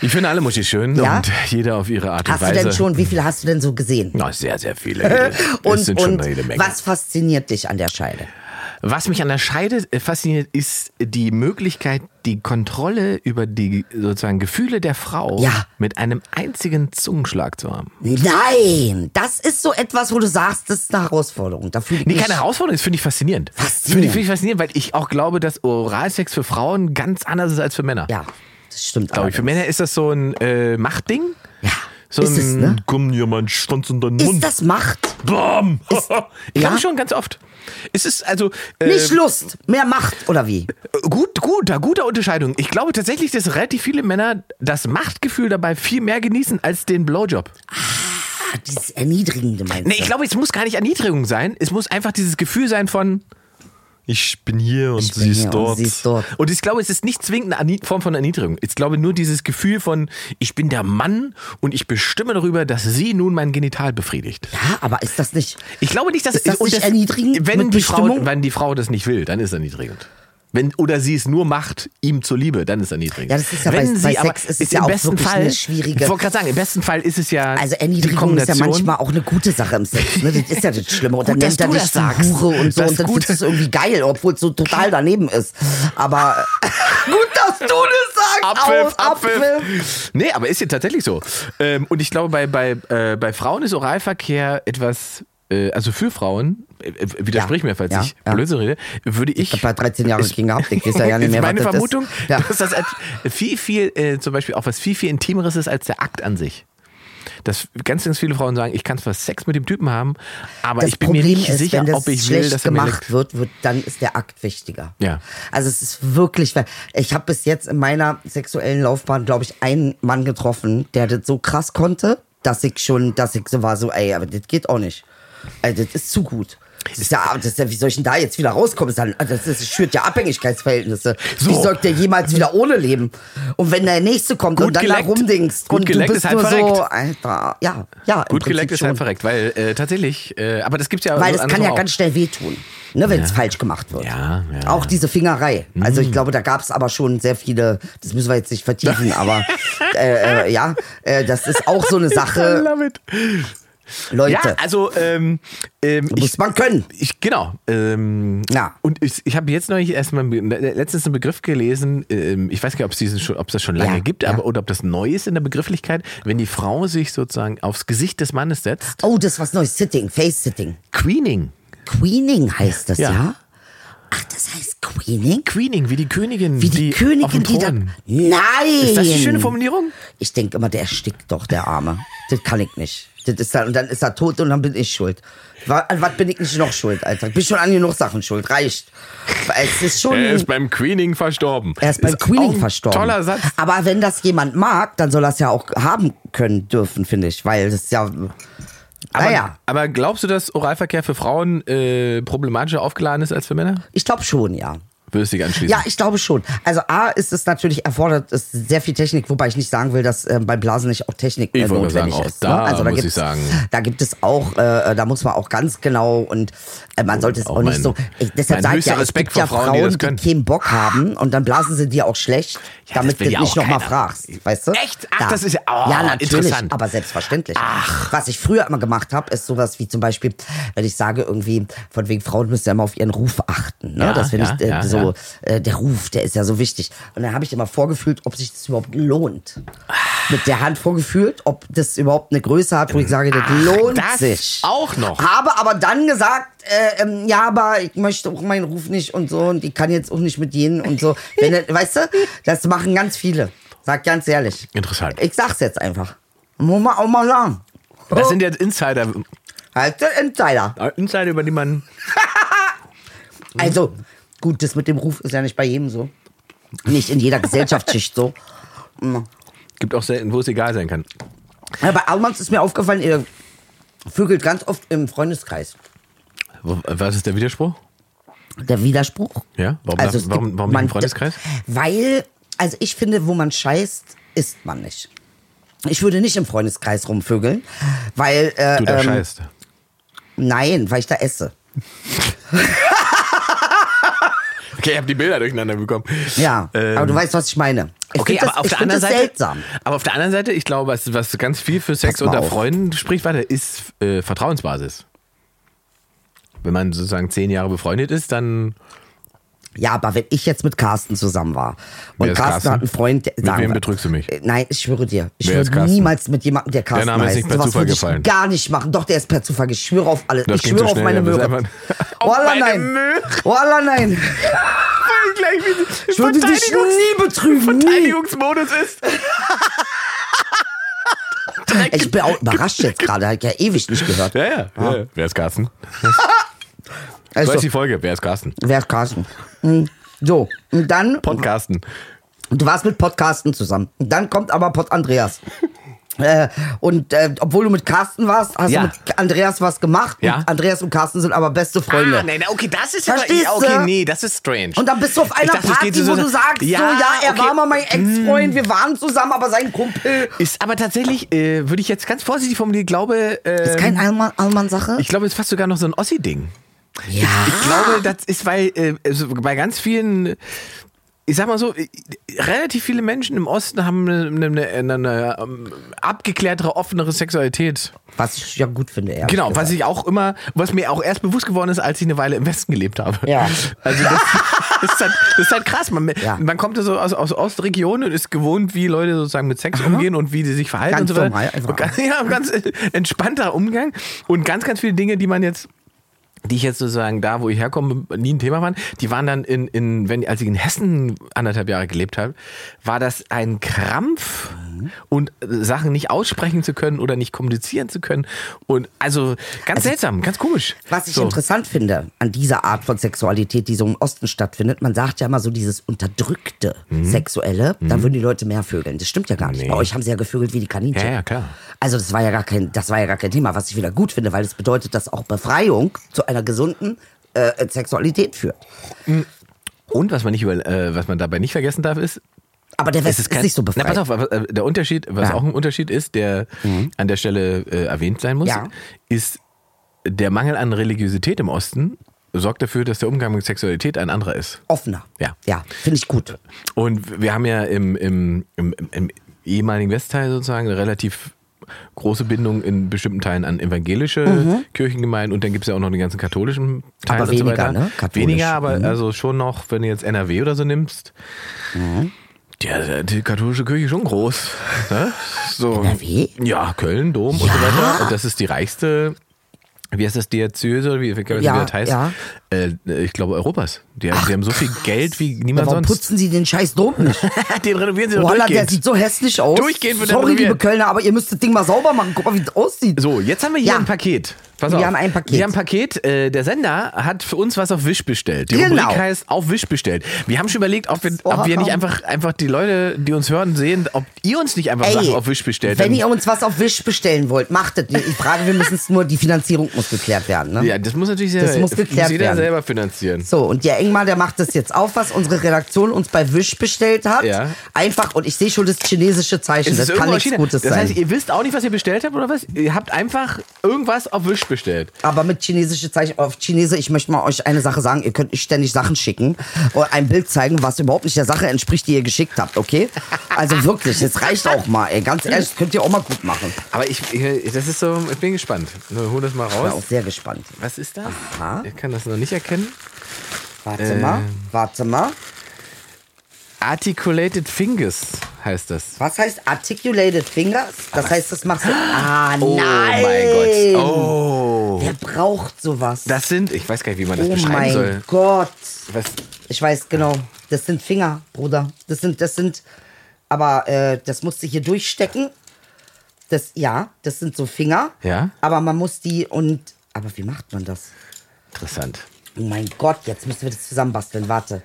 B: Ich finde alle Muschis schön
D: Ja?
B: und jeder auf ihre Art und
D: Hast du
B: Weise.
D: denn schon, wie viel hast du denn so gesehen?
B: Na, sehr, sehr viele.
D: Und,
B: es sind schon
D: und
B: jede Menge.
D: was fasziniert dich an der Scheide?
B: Was mich an der Scheide äh, fasziniert, ist die Möglichkeit, die Kontrolle über die sozusagen Gefühle der Frau
D: Ja.
B: mit einem einzigen Zungenschlag zu haben.
D: Nein, das ist so etwas, wo du sagst, das ist eine Herausforderung. Da fühle ich
B: Nee,
D: mich-
B: keine Herausforderung, das finde ich faszinierend. Finde ich,
D: Faszinierend.
B: finde ich faszinierend, weil ich auch glaube, dass Oralsex für Frauen ganz anders ist als für Männer.
D: Ja, das stimmt.
B: Glaube ich. Für Männer ist das so ein äh, Machtding.
D: Ja,
B: So
D: ist
B: ein,
D: es, ne?
B: komm hier, mein Schwanz in deinen
D: Ist
B: Mund.
D: das Macht?
B: Bam! ich glaube
D: Ja?
B: schon ganz oft. Es ist also äh,
D: Nicht Lust, mehr Macht, oder wie?
B: gut, guter, guter Unterscheidung. Ich glaube tatsächlich, dass relativ viele Männer das Machtgefühl dabei viel mehr genießen als den Blowjob.
D: Ah, dieses Erniedrigende meinst
B: Nee,
D: du?
B: ich glaube, es muss gar nicht Erniedrigung sein. Es muss einfach dieses Gefühl sein von ich bin hier und
D: Ich bin hier und sie ist dort.
B: Und ich glaube, es ist nicht zwingend eine Ernie- Form von Erniedrigung. Ich glaube nur dieses Gefühl von, ich bin der Mann und ich bestimme darüber, dass sie nun mein Genital befriedigt.
D: Ja, aber ist das nicht...
B: Ich glaube nicht, dass
D: Ist das
B: und
D: nicht erniedrigend
B: Wenn
D: mit
B: die, Frau,
D: Bestimmung?
B: wenn die Frau das nicht will, dann ist erniedrigend. Wenn, oder sie es nur macht, ihm zuliebe, dann ist erniedrigend.
D: Ja, das ist ja
B: wenn
D: bei-
B: sie,
D: bei Sex
B: aber,
D: ist es ja
B: im
D: auch
B: besten
D: wirklich
B: Fall,
D: eine schwierige-
B: Ich wollte gerade sagen, im besten Fall ist es ja.
D: Also
B: die
D: Erniedrigung ist ja
B: Kombination-
D: manchmal auch eine gute Sache im Sex. Ne? Das ist ja das Schlimme. Und dann
B: Gut, dass
D: nennt er
B: du
D: dich
B: das
D: die
B: sagst.
D: Hure und so.
B: Das
D: und dann
B: ist gut.
D: findest du es irgendwie geil, obwohl es so total daneben ist. Aber gut, dass du das sagst.
B: Abpfiff,
D: Auf, Abpfiff.
B: Abpfiff. Nee, aber ist ja tatsächlich so. Ähm, und ich glaube, bei, bei, äh, bei Frauen ist Oralverkehr etwas, äh, also für Frauen, äh, äh, widersprich
D: Ja,
B: mir, falls
D: ja,
B: ich
D: ja.
B: Blödsinn rede, würde ich.
D: Ich habe 13 Jahre King gehabt. Ich weiß ja gar nicht
B: ist
D: mehr,
B: meine
D: was
B: Vermutung,
D: das
B: dass
D: ist. Ja.
B: das et- viel, viel, äh, zum Beispiel auch was viel, viel Intimeres ist als der Akt an sich. Dass ganz, ganz viele Frauen sagen, ich kann zwar Sex mit dem Typen haben, aber
D: Das
B: ich bin
D: Problem
B: mir nicht
D: ist,
B: sicher,
D: wenn das
B: ob ich
D: schlecht
B: will, dass er mir
D: gemacht
B: leckt.
D: wird, wird, dann ist der Akt wichtiger.
B: Ja.
D: Also es ist wirklich, weil ich habe bis jetzt in meiner sexuellen Laufbahn, glaube ich, einen Mann getroffen, der das so krass konnte, dass ich schon, dass ich so war, so, ey, aber das geht auch nicht. Also, das ist zu gut. Das ist ja, das ist ja, wie soll ich denn da jetzt wieder rauskommen? Das, ist ja- das, ist, das schürt ja Abhängigkeitsverhältnisse.
B: So.
D: Wie soll der jemals wieder ohne leben? Und wenn der nächste kommt
B: Gut
D: und dann
B: geleckt.
D: da rumdingst
B: Gut
D: und du
B: geleckt
D: bist
B: ist halb
D: nur so,
B: verreckt.
D: Alter, ja, ja. im
B: Gut
D: Prinzip
B: geleckt ist
D: schon.
B: halt verreckt, weil äh, tatsächlich, äh, aber das gibt's ja
D: Weil
B: so
D: das
B: andersrum
D: kann ja
B: auch.
D: ganz schnell wehtun, ne, wenn es falsch gemacht wird.
B: Ja, ja, Mhm.
D: auch
B: ja.
D: diese Fingerei. Also ich glaube, da gab es aber schon sehr viele, das müssen wir jetzt nicht vertiefen, aber äh, äh, ja, äh, das ist auch so eine
B: I
D: Sache,
B: love it.
D: Leute.
B: Ja, also ähm, ähm, ich,
D: muss man können.
B: ich genau. Ähm,
D: Ja.
B: Und ich, ich habe jetzt neulich erstmal letztens einen Begriff gelesen. Ähm, ich weiß gar nicht, ob es diesen schon, ob es das schon lange
D: Ja,
B: gibt,
D: ja.
B: aber oder ob das neu ist in der Begrifflichkeit, wenn die Frau sich sozusagen aufs Gesicht des Mannes setzt.
D: Oh, das ist was Neues. Sitting, Face-Sitting.
B: Queening,
D: Queening heißt das,
B: Ja.
D: ja. Ach, das heißt Queening?
B: Queening, wie die Königin,
D: Wie die,
B: auf dem
D: Königin, die da...
B: Thron.
D: Nein! Ist
B: Ist das die schöne Formulierung?
D: Ich denke immer, der erstickt doch, der Arme. Das kann ich nicht. Das ist dann, und dann ist er tot und dann bin ich schuld. Wa- An was bin ich nicht noch schuld, Alter? Ich bin schon an genug Sachen schuld. Reicht. Es ist schon.
B: beim Queening verstorben.
D: Er ist beim
B: auch
D: Queening
B: ein
D: verstorben.
B: Toller Satz.
D: Aber wenn das jemand mag, dann soll er es ja auch haben können dürfen, finde ich. Weil das ist ja.
B: Aber,
D: Naja,
B: aber glaubst du, dass Oralverkehr für Frauen äh, problematischer aufgeladen ist als für Männer?
D: ich glaube schon, ja.
B: Würdest du dich anschließen?
D: Ja, ich glaube schon. Also A ist es natürlich erfordert, ist sehr viel Technik, wobei ich nicht sagen will, dass ähm, beim Blasen nicht auch Technik
B: Ich
D: äh,
B: wollte gerade
D: notwendig
B: sagen, auch
D: ist.
B: da
D: ne? also,
B: muss ich
D: gibt's-
B: sagen.
D: Da gibt es auch, äh, da muss man auch ganz genau und äh, man sollte es
B: auch
D: auch, nicht so.
B: Oh, mein-
D: Ich, deshalb
B: mein
D: sage ich
B: höchster
D: ja, es
B: Respekt
D: gibt ja
B: vor
D: Frauen,
B: Frauen, die das
D: die,
B: können.
D: keinen Bock haben und dann blasen sie dir auch schlecht,
B: das
D: damit
B: will
D: du
B: ja
D: nicht
B: auch
D: nochmal
B: keiner.
D: fragst, weißt du?
B: Echt? Ach, das ist ja- oh,
D: ja natürlich,
B: interessant.
D: aber selbstverständlich. Ach. Was ich früher immer gemacht habe, ist sowas wie zum Beispiel, wenn ich sage irgendwie, von wegen Frauen müssen ja immer auf ihren Ruf achten, ne?
B: Ja,
D: dass wir
B: ja,
D: nicht äh,
B: ja,
D: so
B: ja.
D: äh, der Ruf, der ist ja so wichtig. Und dann habe ich immer vorgefühlt, ob sich das überhaupt lohnt. Mit der Hand vorgefühlt, ob das überhaupt eine Größe hat, wo ich sage, das lohnt
B: das
D: sich. Ah.
B: auch noch.
D: Habe aber dann gesagt, äh, ähm, ja, aber ich möchte auch meinen Ruf nicht und so und ich kann jetzt auch nicht mit jenen und so. Wenn, du- weißt du, das machen ganz viele. Sag ganz ehrlich.
B: Interessant.
D: Ich sag's jetzt einfach. Muss man auch mal sagen.
B: Das sind jetzt Insider,
D: Halt der Insider.
B: Insider, über die man. Mhm.
D: Also, gut, das mit dem Ruf ist ja nicht bei jedem so. Nicht in jeder Gesellschaftsschicht so.
B: Gibt auch selten, wo es egal sein kann.
D: Ja, bei Almans ist mir aufgefallen, ihr vögelt ganz oft im Freundeskreis.
B: Wo- Was ist der Widerspruch?
D: Der Widerspruch.
B: Ja? Warum,
D: Also
B: also
D: es
B: warum,
D: gibt-
B: warum nicht
D: man-
B: im Freundeskreis?
D: Weil, also ich finde, wo man scheißt, isst man nicht. Ich würde nicht im Freundeskreis rumvögeln, weil äh,
B: Du, da
D: ähm,
B: scheißt.
D: nein, weil ich da esse.
B: Okay, ich habe die Bilder durcheinander bekommen.
D: Ja,
B: Ähm,
D: aber du weißt, was ich meine. Ich
B: okay,
D: find das,
B: aber auf
D: ich
B: der
D: find
B: anderen
D: das
B: Seite,
D: seltsam.
B: aber auf der anderen Seite, ich glaube, was, was ganz viel für Sex
D: Pass mal
B: unter
D: auf.
B: Freunden spricht, weiter, ist äh, Vertrauensbasis. Wenn man sozusagen zehn Jahre befreundet ist, dann
D: Ja, aber wenn ich jetzt mit Carsten zusammen war und
B: Wer ist
D: Carsten,
B: Carsten?
D: hat einen Freund, der
B: Mit
D: sagen
B: wem
D: wir-
B: betrügst du mich?
D: Äh, Nein, ich schwöre dir, ich
B: Wer ist
D: würde
B: Carsten?
D: niemals mit jemandem, der Carsten
B: Name ist
D: heißt.
B: nicht per
D: Sowas
B: Zufall
D: würde
B: gefallen.
D: Ich gar nicht machen. Doch, der ist per Zufall. Ich schwöre auf alles.
B: Das
D: ich
B: ging
D: schwöre
B: zu
D: auf
B: schnell,
D: meine
B: das ist
D: Möhre.
B: einfach- Auf
D: Wallah
B: meine
D: nein.
B: Möhre.
D: Wallah nein.
B: gleich wie
D: Ich würde dich nie betrügen. Nie.
B: Verteidigungsmodus ist.
D: Ich bin auch überrascht jetzt gerade. Hab ich ja ewig nicht gehört.
B: Ja, ja.
D: Ah.
B: ja. Wer ist Carsten? So ist
D: Also,
B: die Folge. Wer ist Carsten?
D: wer ist Carsten? Hm, So, und dann,
B: Podcasten.
D: du warst mit Podcasten zusammen. Und dann kommt aber Pod Andreas. Äh, und äh, obwohl du mit Carsten warst, hast
B: Ja.
D: du mit Andreas was gemacht.
B: Ja.
D: Und Andreas und Carsten sind aber beste Freunde.
B: Ah, nein, okay, das ist
D: Verstehst
B: aber, okay,
D: du?
B: nee, das ist strange.
D: Und dann bist du auf einer
B: dachte, es
D: Party,
B: geht so-
D: wo du sagst,
B: Ja,
D: so, ja, er
B: okay. Hm.
D: war mal mein Ex-Freund, wir waren zusammen, aber sein Kumpel.
B: Ist aber tatsächlich, äh, würde ich jetzt ganz vorsichtig formulieren, glaube, äh,
D: Ist kein Allmann-Sache?
B: ich glaube, es ist fast sogar noch so ein Ossi-Ding.
D: Ja.
B: Ich
D: Ah.
B: glaube, das ist, weil äh, also bei ganz vielen, ich sag mal so, äh, relativ viele Menschen im Osten haben eine, eine, eine, eine ähm, abgeklärtere, offenere Sexualität.
D: Was ich ja gut finde, ehrlich
B: Genau,
D: gesagt.
B: was ich auch immer, was mir auch erst bewusst geworden ist, als ich eine Weile im Westen gelebt habe.
D: Ja.
B: Also das, das, ist, halt, das ist halt krass. Man,
D: Ja.
B: man kommt ja so aus, aus Ostregionen und ist gewohnt, wie Leute sozusagen mit Sex umgehen und wie die sich verhalten
D: Ganz
B: und so weiter.
D: normal, also einfach.
B: und ganz, ja, ganz entspannter Umgang und ganz, ganz viele Dinge, die man jetzt die ich jetzt sozusagen da, wo ich herkomme, nie ein Thema waren, die waren dann in, in wenn, als ich in Hessen anderthalb Jahre gelebt habe, war das ein Krampf
D: Mhm.
B: und äh, Sachen nicht aussprechen zu können oder nicht kommunizieren zu können und also ganz seltsam, ganz komisch.
D: Was ich
B: so.
D: interessant finde an dieser Art von Sexualität, die so im Osten stattfindet, man sagt ja immer so dieses unterdrückte Sexuelle, dann würden die Leute mehr vögeln. Das stimmt ja gar nicht.
B: Mhm. Nee.
D: Bei euch haben sie ja gevögelt wie die Kaninchen.
B: Ja, ja, klar.
D: Also das war ja gar kein, das war ja gar kein Thema, was ich wieder gut finde, weil es bedeutet, dass auch Befreiung zu einer gesunden äh, Sexualität führt.
B: Und was man nicht über, äh, was man dabei nicht vergessen darf, ist,
D: Aber der West ist,
B: kein-
D: nicht so befreit.
B: Na, pass auf, aber, äh, der Unterschied, was
D: Ja. Mhm.
B: auch ein Unterschied ist, der an der Stelle äh, erwähnt sein muss,
D: Ja.
B: ist der Mangel an Religiosität im Osten sorgt dafür, dass der Umgang mit Sexualität ein anderer ist.
D: Offener.
B: Ja.
D: Ja, finde ich gut.
B: Und wir haben ja im, im, im, im, im ehemaligen Westteil sozusagen eine relativ große Bindung in bestimmten Teilen an evangelische Kirchengemeinden und dann gibt es ja auch noch den ganzen katholischen Teil
D: Mhm. Aber
B: und
D: weniger,
B: so weiter.
D: ne? Katholisch.
B: Weniger, aber also schon noch, wenn du jetzt NRW oder so nimmst,
D: Mhm.
B: ja, die katholische Kirche ist schon groß. Ne? So.
D: NRW?
B: Ja, Köln, Dom und so weiter. Und das ist die reichste, wie heißt das, Diözese, oder wie, wie
D: Ja,
B: das heißt?
D: ja.
B: Äh, ich glaube, Europas. Die, die haben so viel Geld wie
D: Ja,
B: niemand
D: warum
B: sonst.
D: putzen sie den scheiß Dom nicht?
B: Den renovieren sie doch
D: Boah, der
B: durchgehend.
D: sieht so hässlich aus.
B: Durchgehend wird der
D: Sorry, liebe
B: renoviert.
D: Kölner, aber ihr müsst das Ding mal sauber machen. Guck mal, wie das aussieht.
B: So, jetzt haben wir hier
D: Ja.
B: ein Paket. Pass
D: Wir
B: auf.
D: haben ein Paket.
B: Wir haben ein Paket. Äh, der Sender hat für uns was auf Wish bestellt. Die
D: Genau. Oh,
B: Rubrik heißt auf Wish bestellt. Wir haben schon überlegt, ob wir, ob wir nicht einfach, einfach die Leute, die uns hören, sehen, ob ihr uns nicht einfach Sachen auf Wish bestellt.
D: wenn
B: Dann-
D: ihr uns was auf Wish bestellen wollt, macht es. Die Frage, wir müssen es nur, die Finanzierung muss geklärt werden. Ne?
B: ja, das muss natürlich selber,
D: Das muss geklärt
B: jeder
D: werden.
B: selber finanzieren.
D: So, und der Engmar, der macht das jetzt auf, was unsere Redaktion uns bei Wish bestellt hat.
B: Ja.
D: Einfach, und ich sehe schon das chinesische Zeichen,
B: Es
D: das
B: ist
D: kann
B: irgendwo aus
D: nichts
B: China.
D: Gutes
B: das
D: sein.
B: heißt, ihr wisst auch nicht, was ihr bestellt habt oder was? Ihr habt einfach irgendwas auf Wish bestellt.
D: aber mit chinesische Zeichen auf Chinese, ich möchte mal euch eine Sache sagen, ihr könnt nicht ständig Sachen schicken und ein Bild zeigen, was überhaupt nicht der Sache entspricht, die ihr geschickt habt, okay? Also wirklich, es reicht auch mal, ey, ganz ehrlich, das könnt ihr auch mal gut machen.
B: Aber ich, ich das ist so, ich bin gespannt. Ne, Hol das mal
D: Ich bin
B: raus.
D: auch sehr gespannt.
B: Was ist das?
D: Aha.
B: Ich kann das noch nicht erkennen.
D: Warte
B: Äh.
D: mal, warte mal.
B: Articulated Fingers heißt das.
D: Was heißt articulated fingers? Das heißt, das machst du. Ah, nein!
B: mein Gott. Oh.
D: Wer braucht sowas?
B: Das sind, ich weiß gar nicht, wie man das
D: oh
B: beschreiben
D: mein
B: soll.
D: Gott.
B: Was,
D: Ich weiß genau. Das sind Finger, Bruder. Das sind, das sind. Aber äh, das musst du hier durchstecken. Das, ja, das sind so Finger.
B: Ja.
D: Aber man muss die und. Aber wie macht man das?
B: interessant.
D: Oh mein Gott, jetzt müssen wir das zusammenbasteln. Warte.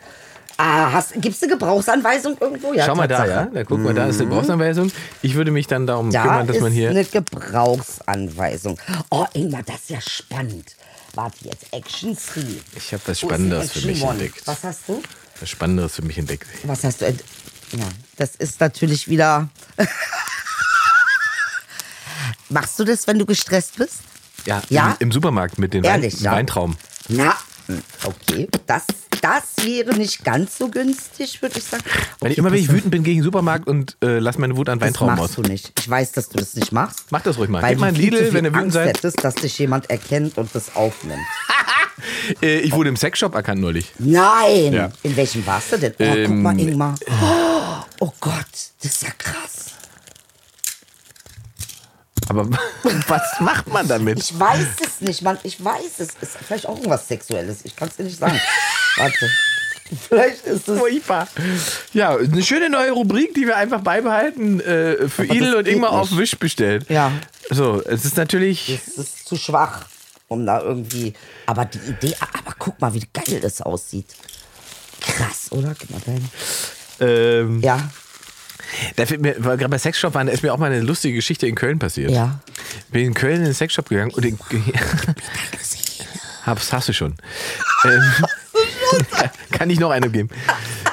D: Ah, hast, gibt's eine Gebrauchsanweisung irgendwo? Ja,
B: Schau mal da,
D: Tatsache.
B: ja? Da guck mal, da ist eine Gebrauchsanweisung. Ich würde mich dann darum
D: Da
B: kümmern, dass
D: ist
B: man hier.
D: eine Gebrauchsanweisung. Oh, Ingmar, das ist ja spannend. Warte jetzt, Action 3.
B: Ich habe was
D: Wo ist
B: Spannendes
D: denn
B: für mich
D: Action One?
B: entdeckt.
D: Was hast du?
B: Was Spannendes für mich entdeckt.
D: Was hast du? ent- Ja, das ist natürlich wieder... Machst du das, wenn du gestresst bist?
B: Ja,
D: Ja?
B: Im, im Supermarkt mit dem
D: Ehrlich, ja.
B: Weintraum.
D: Na, okay. Das, das wäre nicht ganz so günstig, würde ich sagen.
B: Weil
D: Okay,
B: immer wenn
D: pass
B: ich wütend bin gegen den Supermarkt und äh, lass meine Wut an
D: Das
B: Weintrauben
D: machst du
B: aus.
D: nicht. Ich weiß, dass du das nicht machst.
B: Mach das ruhig mal.
D: Weil
B: Gib mal
D: du
B: ein
D: viel zu
B: Lidl,
D: viel
B: wenn ihr wütend
D: Angst
B: seid.
D: hättest, dass dich jemand erkennt und das aufnimmt.
B: Äh, ich wurde im Sexshop erkannt neulich.
D: Nein!
B: Ja. Ähm, äh,
D: In welchem warst du denn? Oh, guck mal, Ingmar. Oh, oh Gott, das ist ja krass.
B: Aber was macht man damit?
D: Ich weiß es nicht, Mann. Ich weiß es. Ist vielleicht auch irgendwas Sexuelles. Ich kann es dir nicht sagen. Warte. Vielleicht ist es.
B: Furchtbar. Ja, eine schöne neue Rubrik, die wir einfach beibehalten äh, für
D: Aber
B: Idel
D: das
B: und
D: geht
B: Ingmar
D: nicht.
B: auf Wish bestellt.
D: Ja.
B: So, es ist natürlich.
D: Es ist zu schwach, um da irgendwie. Aber die Idee. Aber guck mal, wie geil das aussieht. Krass, oder? Guck mal rein.
B: Ähm,
D: Ja,
B: Da fällt mir, weil gerade bei Sexshop waren, da ist mir auch mal eine lustige Geschichte in Köln passiert.
D: ja.
B: Bin in Köln in den Sexshop gegangen und in, hab's, hast du schon. ähm, kann ich noch eine geben?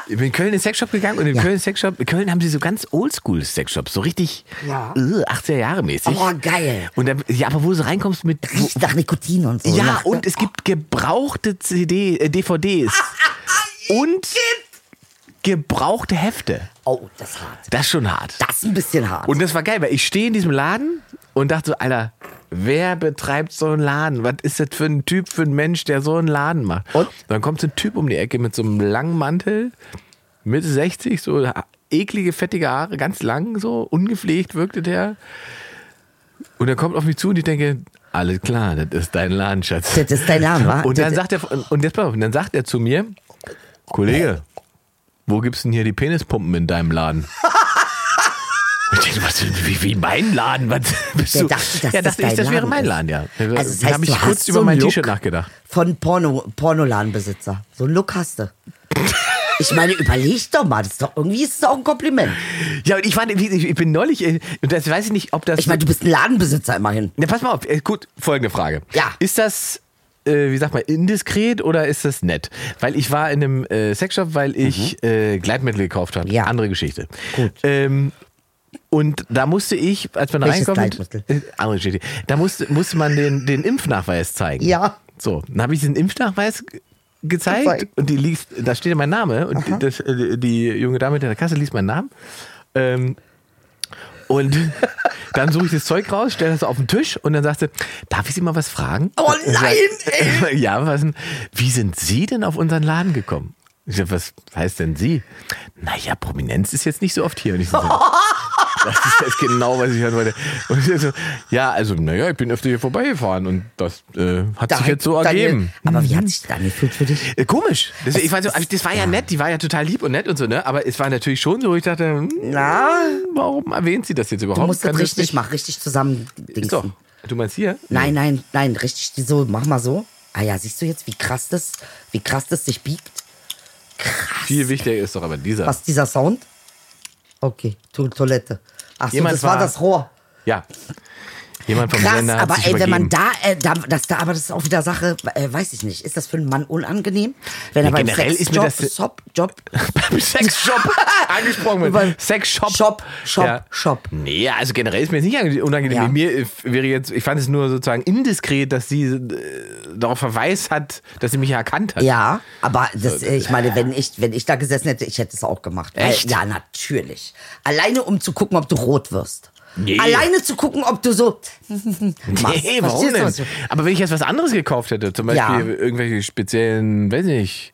B: Ich bin in Köln in den Sexshop gegangen und in Köln Sexshop, in Köln haben sie so ganz oldschool Sexshops, so richtig
D: Ja.
B: äh, 80er Jahre mäßig.
D: Oh, geil.
B: Und dann, ja, aber wo du reinkommst mit wo,
D: Riecht nach Nikotin und so. ne?
B: Ja,
D: Nach-
B: und es gibt gebrauchte CD, äh, DVDs und gebrauchte Hefte.
D: Oh, das ist hart.
B: Das ist schon hart.
D: Das ist ein bisschen hart.
B: Und das war geil, weil ich stehe in diesem Laden und dachte so, Alter, wer betreibt so einen Laden? Was ist das für ein Typ, für ein Mensch, der so einen Laden macht?
D: Und?
B: Dann kommt so ein Typ um die Ecke mit so einem langen Mantel, Mitte 60, so ha- eklige, fettige Haare, ganz lang, so ungepflegt wirkte der. Und er kommt auf mich zu und ich denke, alles klar, das ist dein Laden, Schatz.
D: das ist dein Name, wa?
B: Und dann
D: Das-
B: sagt er, und jetzt pass auf, und dann sagt er zu mir, Kollege, wo gibt's denn hier die Penispumpen in deinem Laden? Und ich denke, was, wie, wie mein Laden? Was bist
D: Der
B: du?
D: dachte, dass
B: ja,
D: das
B: dachte ich,
D: dein
B: das wäre
D: Laden
B: mein
D: ist.
B: Laden, ja.
D: Also, das
B: da
D: heißt,
B: habe ich
D: du hast
B: kurz
D: so
B: über
D: einen
B: mein
D: Look.
B: T-Shirt nachgedacht.
D: von Porno, Pornoladenbesitzer. So einen Look hast du. Ich meine, überleg doch mal, das ist doch irgendwie ist es auch ein Kompliment.
B: Ja, und ich, war, ich ich bin neulich, äh, und das weiß ich nicht, ob das.
D: Ich meine, du bist ein Ladenbesitzer immerhin.
B: Na, pass mal auf, äh, gut, folgende Frage.
D: Ja.
B: Ist das, äh, wie sagt man, indiskret oder ist das nett? Weil ich war in einem äh, Sexshop, weil ich äh, Gleitmittel gekauft habe.
D: Mhm. Ja.
B: Andere Geschichte. Gut. Ähm, und da musste ich, als man da
D: Welches
B: reinkommt,
D: Gleitmittel?
B: äh, andere Geschichte, da musste, musste man den, den Impfnachweis zeigen.
D: Ja.
B: So, dann habe ich diesen Impfnachweis ge- gezeigt
D: Gezeigt.
B: und die liest, da steht ja mein Name und das, äh, die junge Dame hinter der Kasse liest meinen Namen. Ähm, und dann suche ich das Zeug raus, stelle das auf den Tisch und dann sagte, darf ich Sie mal was fragen?
D: Oh nein,
B: ey. Ja, was denn? Wie sind Sie denn auf unseren Laden gekommen? Ich sag, was heißt denn Sie? Naja, Prominenz ist jetzt nicht so oft hier. Und ich so, das ist jetzt genau, was ich hören wollte. Und ich so, ja, also, naja, ich bin öfter hier vorbeigefahren und das äh, hat sich jetzt so
D: Daniel,
B: ergeben. Mhm.
D: Aber wie hat sich das angefühlt für dich?
B: Äh, Komisch. Das, ich weiß, also, das war ja nett, die war ja total lieb und nett und so, ne? Aber es war natürlich schon so, ich dachte, hm,
D: Na?
B: warum erwähnt sie das jetzt
D: Du
B: überhaupt?
D: musst das
B: Kann das
D: richtig
B: nicht-
D: machen, richtig zusammen
B: so. Du meinst hier?
D: Nein, nein, nein, richtig die so, mach mal so. Ah ja, siehst du jetzt, wie krass das, wie krass das sich biegt? Krass.
B: Viel wichtiger ist doch aber dieser.
D: Was dieser Sound? Okay, to Toilette. Ach so,
B: Jemand
D: das war
B: war-
D: das Rohr.
B: Ja. Jemand vom
D: Krass,
B: Sender hat
D: aber
B: sich
D: ey, wenn man
B: übergeben.
D: da, äh, da, das, da, aber das ist auch wieder Sache, äh, weiß ich nicht. Ist das für einen Mann unangenehm? Wenn er beim
B: generell ist mir
D: Sexjob,
B: das-
D: Shop, Job,
B: beim Sexshop angesprochen wird.
D: Beim
B: Sexshop.
D: Shop, Shop, Shop.
B: Nee, also generell ist mir das nicht ange- unangenehm.
D: Ja.
B: Mir äh, wäre jetzt, ich fand es nur sozusagen indiskret, dass sie äh, darauf verweist hat, dass sie mich ja erkannt hat.
D: Ja, aber das, äh, ich meine, wenn ich, wenn ich da gesessen hätte, ich hätte es auch gemacht. Weil-
B: Echt?
D: Ja, natürlich. Alleine, um zu gucken, ob du rot wirst.
B: Nee.
D: Alleine zu gucken, ob du so. machst.
B: Nee, warum
D: Verstehst du,
B: denn?
D: was ich-
B: Aber wenn ich jetzt was anderes gekauft hätte, zum
D: Ja.
B: Beispiel irgendwelche speziellen, weiß nicht,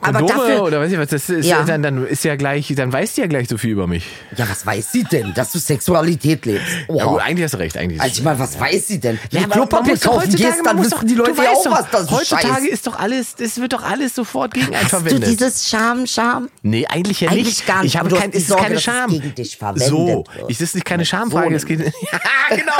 D: Aber
B: Kondome
D: dafür-
B: oder weiß ich was, das ist
D: Ja.
B: ja. dann, dann ist ja gleich, dann weiß die ja gleich so viel über mich.
D: Ja, was weiß sie denn, dass du Sexualität lebst?
B: Ja,
D: Oha.
B: gut, eigentlich hast du recht, eigentlich.
D: also ich meine, was weiß sie denn? Wenn
B: Ja,
D: du
B: aber man
D: Klopapier
B: muss doch
D: kaufen
B: heutzutage-
D: gehst,
B: man
D: dann
B: muss
D: wissen die
B: du
D: Leute ja
B: weißt
D: auch, was das
B: Heutzutage
D: Scheiß.
B: ist doch alles, es wird doch alles sofort gegen einen
D: Hast du
B: verwendet.
D: dieses Scham, Scham?
B: nee, eigentlich ja
D: Eigentlich
B: nicht.
D: gar nicht,
B: Ich habe
D: aber du
B: kein,
D: hast die
B: es ist keine
D: Sorge, dass es
B: Scham.
D: gegen dich verwendet
B: so,
D: wird.
B: es ist nicht keine Schamfrage. Es geht, ja, genau.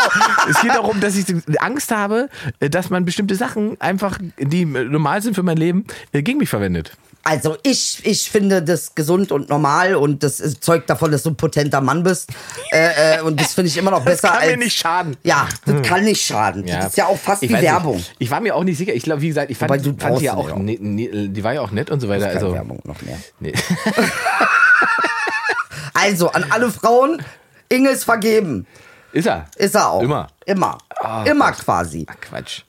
B: es geht darum, dass ich Angst habe, äh, dass man bestimmte Sachen einfach, die normal sind für mein Leben, äh, gegen mich verwendet.
D: Also ich, ich finde das gesund und normal und das ist- zeugt davon, dass du ein potenter Mann bist. äh, äh, und das finde ich immer noch besser.
B: kann mir
D: als,
B: nicht schaden. Hm.
D: Ja, das kann nicht schaden. Das ist ja auch fast
B: Ich
D: wie
B: weiß nicht.
D: Werbung.
B: Ich war mir auch nicht sicher. Ich glaube, wie gesagt, ich fand,
D: Wobei du
B: fand die ja
D: brauchst
B: auch,
D: sie
B: ne- ne- die war ja auch nett und so weiter.
D: Keine
B: Also,
D: Werbung noch mehr.
B: nee.
D: Also an alle Frauen, Inge ist vergeben.
B: ist er?
D: Ist er auch.
B: Immer.
D: Immer.
B: Ah,
D: Immer quasi.
B: Ach, Quatsch.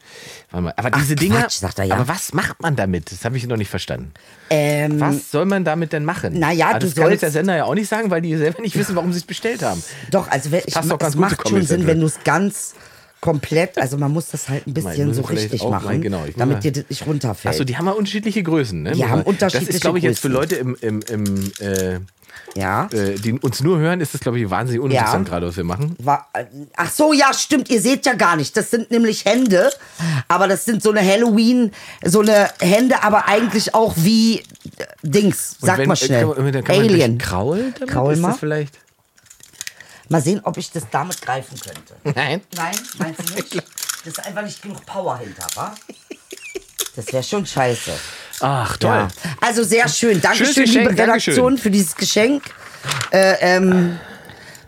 B: Warte mal. Aber diese Dinger.
D: Quatsch, sagt er, ja.
B: Aber was macht man damit? Das habe ich noch nicht verstanden.
D: Ähm,
B: Was soll man damit denn machen?
D: Na ja,
B: Aber
D: du
B: das kann jetzt
D: sollst-
B: der Sender ja auch nicht sagen, weil die selber nicht wissen, warum sie es bestellt haben.
D: Doch, also wenn, ich,
B: passt doch ganz
D: es
B: gut zu
D: macht schon
B: Comedy
D: Sinn,
B: Central.
D: wenn du es ganz komplett, also man muss das halt ein
B: ich
D: bisschen
B: muss
D: so
B: vielleicht
D: richtig
B: auch mal-
D: machen,
B: genau, ich muss mal-
D: damit dir das nicht runterfällt.
B: Achso, die haben ja unterschiedliche Größen, ne?
D: Die haben
B: Das
D: unterschiedliche
B: ist, glaube ich, jetzt für
D: Größen.
B: Leute, im, im, im, äh,
D: ja.
B: äh, die uns nur hören, ist das, glaube ich, wahnsinnig uninteressant
D: Ja.
B: gerade, was wir machen.
D: War, äh, ach so, ja, stimmt, ihr seht ja gar nicht. Das sind nämlich Hände, aber das sind so eine Halloween, so eine Hände, aber eigentlich auch wie äh, Dings,
B: Und
D: sag
B: wenn-
D: mal
B: äh,
D: schnell.
B: Kann man, dann kann Man
D: Alien.
B: durch Kraul? Damit?
D: Kraul
B: ist
D: mal.
B: das vielleicht?
D: Mal sehen, ob ich das damit greifen könnte.
B: Nein.
D: Nein, meinst du nicht? Das ist einfach nicht genug Power hinter, wa? Das wäre schon scheiße.
B: Ach, toll.
D: Ja. Also sehr schön. Dankeschön,
B: Schönes Geschenk,
D: liebe Redaktion,
B: Dankeschön.
D: für dieses Geschenk. Äh, ähm,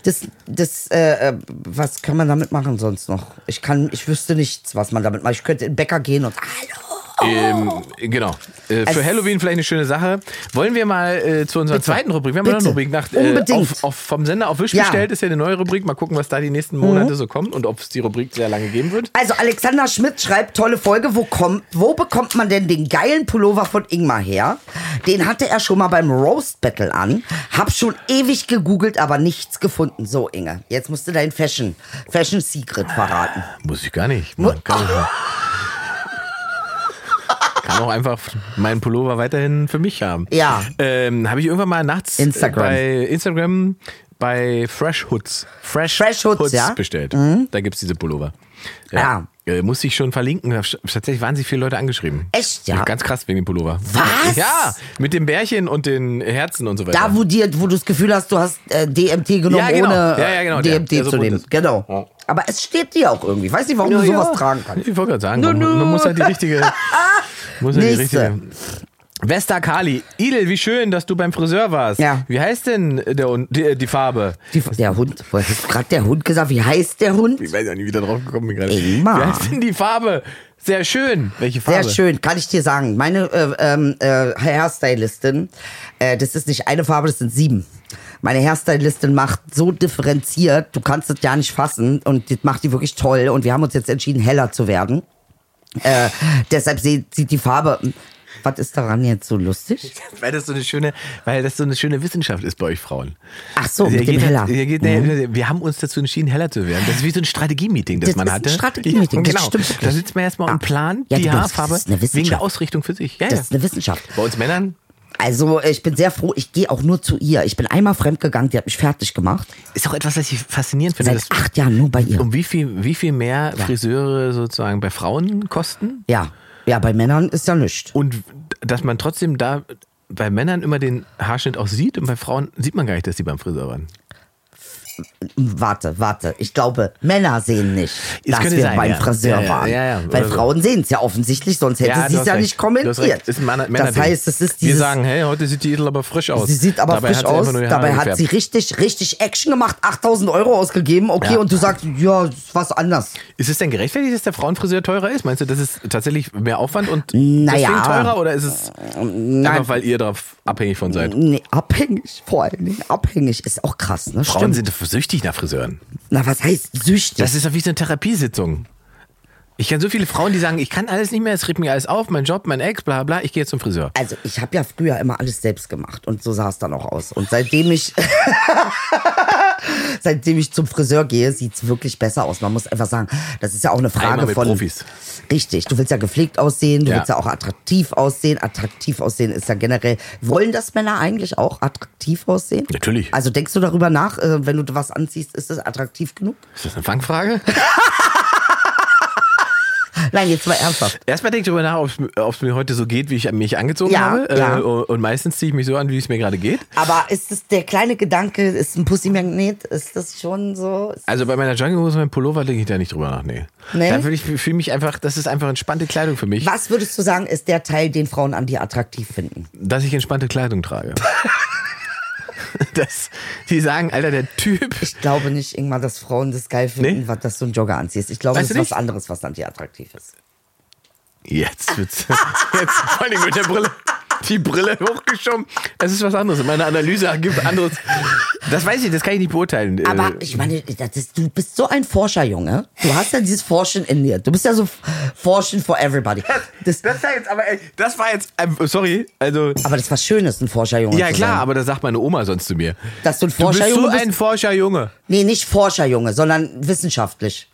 D: das, das, äh, äh, was kann man damit machen sonst noch? Ich kann, ich wüsste nichts, was man damit macht. Ich könnte in den Bäcker gehen und hallo.
B: Ähm, genau. Äh, für
D: Also-
B: Halloween vielleicht eine schöne Sache. Wollen wir mal äh, zu unserer zweiten Rubrik, wir haben ja noch eine
D: Bitte.
B: Rubrik nach, äh,
D: Unbedingt.
B: auf, auf, vom Sender auf Wisch
D: Ja. Mhm.
B: gestellt, ist ja eine neue Rubrik. Mal gucken, was da die nächsten Monate so kommt und ob es die Rubrik sehr lange geben wird.
D: Also Alexander Schmidt schreibt, tolle Folge, wo, kommt, wo bekommt man denn den geilen Pullover von Ingmar her? Den hatte er schon mal beim Roast Battle an. Hab schon ewig gegoogelt, aber nichts gefunden. So, Inge, jetzt musst du dein Fashion, Fashion Secret verraten.
B: Muss ich gar nicht. Man kann, kann auch einfach meinen Pullover weiterhin für mich haben.
D: Ja.
B: Ähm, Habe ich irgendwann mal nachts äh,
D: Instagram.
B: bei Instagram bei Fresh Hoods, Fresh,
D: Fresh Hoods, ja. Mhm.
B: bestellt. Da gibt es diese Pullover.
D: Ja.
B: Äh, musste ich schon verlinken. Sch- Tatsächlich waren sich viele Leute angeschrieben.
D: Echt, ja?
B: Ganz krass wegen dem Pullover.
D: Was?
B: Ja, mit dem Bärchen und den Herzen und so weiter.
D: Da, wo, dir, wo du das Gefühl hast, du hast äh, DMT genommen,
B: Ja, genau.
D: ohne
B: Ja, ja, genau,
D: äh,
B: der-
D: DMT
B: der so
D: zu
B: bunt
D: nehmen.
B: ist.
D: Genau.
B: Ja.
D: Aber es steht dir auch irgendwie. Ich weiß nicht, warum du
B: Ja,
D: sowas
B: ja.
D: tragen kannst.
B: Ich wollte gerade sagen,
D: Nu,
B: man,
D: nu.
B: man muss halt die richtige. muss halt die
D: Nächste.
B: richtige. Vesta Kali, Idel, wie schön, dass du beim Friseur warst.
D: Ja.
B: Wie heißt denn der, Un- die, die Farbe?
D: Die, der Hund, wo hast du gerade der Hund gesagt? Wie heißt der Hund?
B: Ich weiß auch nicht, wie da drauf gekommen bin gerade.
D: Ingmar.
B: Wie heißt denn die Farbe? Sehr schön. Welche Farbe?
D: Sehr schön, kann ich dir sagen. Meine äh, ähm, äh, Hairstylistin, äh, das ist nicht eine Farbe, das sind sieben. Meine Hairstylistin macht so differenziert, du kannst es ja nicht fassen und das macht die wirklich toll. Und wir haben uns jetzt entschieden, heller zu werden. Äh, deshalb se- sieht die Farbe. hm, Was ist daran jetzt so lustig?
B: Weil das so eine schöne, weil das so eine schöne Wissenschaft ist bei euch Frauen.
D: Ach so,
B: Ihr
D: mit dem
B: geht-
D: Heller.
B: ihr geht- nee, Wir haben uns dazu entschieden, heller zu werden. Das ist wie so ein Strategiemeeting, das,
D: Das
B: man
D: ist ein
B: hatte.
D: Strategiemeeting,
B: Ja,
D: das
B: genau.
D: stimmt wirklich.
B: Da sitzt man erstmal
D: Ja.
B: und plant
D: Ja,
B: die
D: du, das ist
B: Haarfarbe
D: eine Wissenschaft.
B: wegen der Ausrichtung für sich. Ja,
D: Das
B: ja.
D: ist eine Wissenschaft.
B: Bei uns Männern
D: Also ich bin sehr froh, ich gehe auch nur zu ihr. Ich bin einmal fremdgegangen, die hat mich fertig gemacht.
B: ist auch etwas, was ich faszinierend finde.
D: Seit
B: dass-
D: acht Jahren nur bei ihr.
B: um wie viel, wie viel mehr Friseure sozusagen bei Frauen kosten
D: Ja. Ja, bei Männern ist ja nichts.
B: und dass man trotzdem da bei Männern immer den Haarschnitt auch sieht und bei Frauen sieht man gar nicht, dass die beim Friseur waren.
D: Warte, warte. Ich glaube, Männer sehen nicht,
B: Es
D: dass
B: könnte
D: wir
B: sein,
D: beim
B: ja.
D: Friseur
B: Ja, ja,
D: waren.
B: ja, ja,
D: Weil
B: oder so.
D: Frauen sehen es ja offensichtlich, sonst hätte
B: Ja, du
D: sie es
B: hast
D: ja
B: recht.
D: nicht
B: Du hast
D: kommentiert.
B: recht. Ist ein Männer-
D: das
B: Männerding.
D: heißt, es ist
B: Wir
D: dieses.
B: sagen, hey, heute sieht die Idel aber frisch aus.
D: Sie sieht aber
B: Dabei
D: frisch
B: hat sie einfach
D: aus.
B: nur die
D: Dabei
B: Haare
D: hat sie
B: gefärbt.
D: richtig, richtig Action gemacht, 8000 Euro ausgegeben. Okay,
B: Ja.
D: und du sagst, ja, ist was anders.
B: Ist es denn gerechtfertigt, dass der Frauenfriseur teurer ist? Meinst du, das ist tatsächlich mehr Aufwand und
D: Naja.
B: deswegen teurer oder ist es einfach, weil ihr darauf abhängig von seid?
D: Nee, abhängig, vor allen Dingen. Abhängig ist auch krass, ne?
B: Frauen
D: Stimmt.
B: sind süchtig nach Friseuren.
D: Na, was heißt süchtig?
B: Das ist doch wie so eine Therapiesitzung. Ich kenne so viele Frauen, die sagen, ich kann alles nicht mehr, es riebt mir alles auf, mein Job, mein Ex, bla bla, ich gehe jetzt zum Friseur.
D: also, ich habe ja früher immer alles selbst gemacht und so sah es dann auch aus. Und seitdem ich seitdem ich zum Friseur gehe, sieht's wirklich besser aus. Man muss einfach sagen, das ist ja auch eine Frage
B: Einmal mit
D: von
B: Profis.
D: Richtig, du willst ja gepflegt aussehen, du
B: Ja.
D: willst ja auch attraktiv aussehen. Attraktiv aussehen ist ja generell. Wollen das Männer eigentlich auch attraktiv aussehen?
B: Natürlich.
D: Also denkst du darüber nach, äh, wenn du was anziehst, ist das attraktiv genug?
B: Ist das eine Fangfrage?
D: Nein, jetzt mal ernsthaft.
B: Erstmal denke ich darüber nach, ob es mir heute so geht, wie ich mich angezogen
D: Ja,
B: habe. Äh,
D: ja.
B: Und meistens ziehe ich mich so an, wie es mir gerade geht.
D: Aber ist es der kleine Gedanke, ist ein Pussy-Magnet, ist das schon so? Ist-
B: Also bei meiner Jogginghose, meinem Pullover denke ich da nicht drüber nach, nee.
D: Nee?
B: Da würde ich fühle mich einfach, das ist einfach entspannte Kleidung für mich,
D: Was würdest du sagen, ist der Teil, den Frauen an dir attraktiv finden?
B: dass ich entspannte Kleidung trage. das, die sagen, Alter, der Typ.
D: Ich glaube nicht, Ingmar, dass Frauen das geil finden,
B: Nee?
D: was dass du einen Jogger anziehst. Ich glaube,
B: Weißt
D: das
B: du
D: ist was
B: nicht? Äh.
D: anderes, was an dir attraktiv ist.
B: Jetzt wird's. Jetzt vor allem mit der Brille. Die Brille hochgeschoben. Das ist was anderes. Meine Analyse ergibt anderes. Das weiß ich, das kann ich nicht beurteilen.
D: Aber
B: Äh,
D: ich meine, das ist, du bist so ein Forscherjunge. Du hast ja dieses Forschen in dir. Du bist ja so Forschen for everybody. Das,
B: das war jetzt, aber ey, das war jetzt, ähm, sorry, also.
D: aber das war schön, ist ein Forscherjunge.
B: Ja
D: zu
B: klar,
D: sein.
B: aber das sagt meine Oma sonst zu mir.
D: Dass du ein
B: Du
D: Forscherjunge
B: bist so
D: bist?
B: ein Forscherjunge.
D: Nee, nicht Forscherjunge, sondern wissenschaftlich.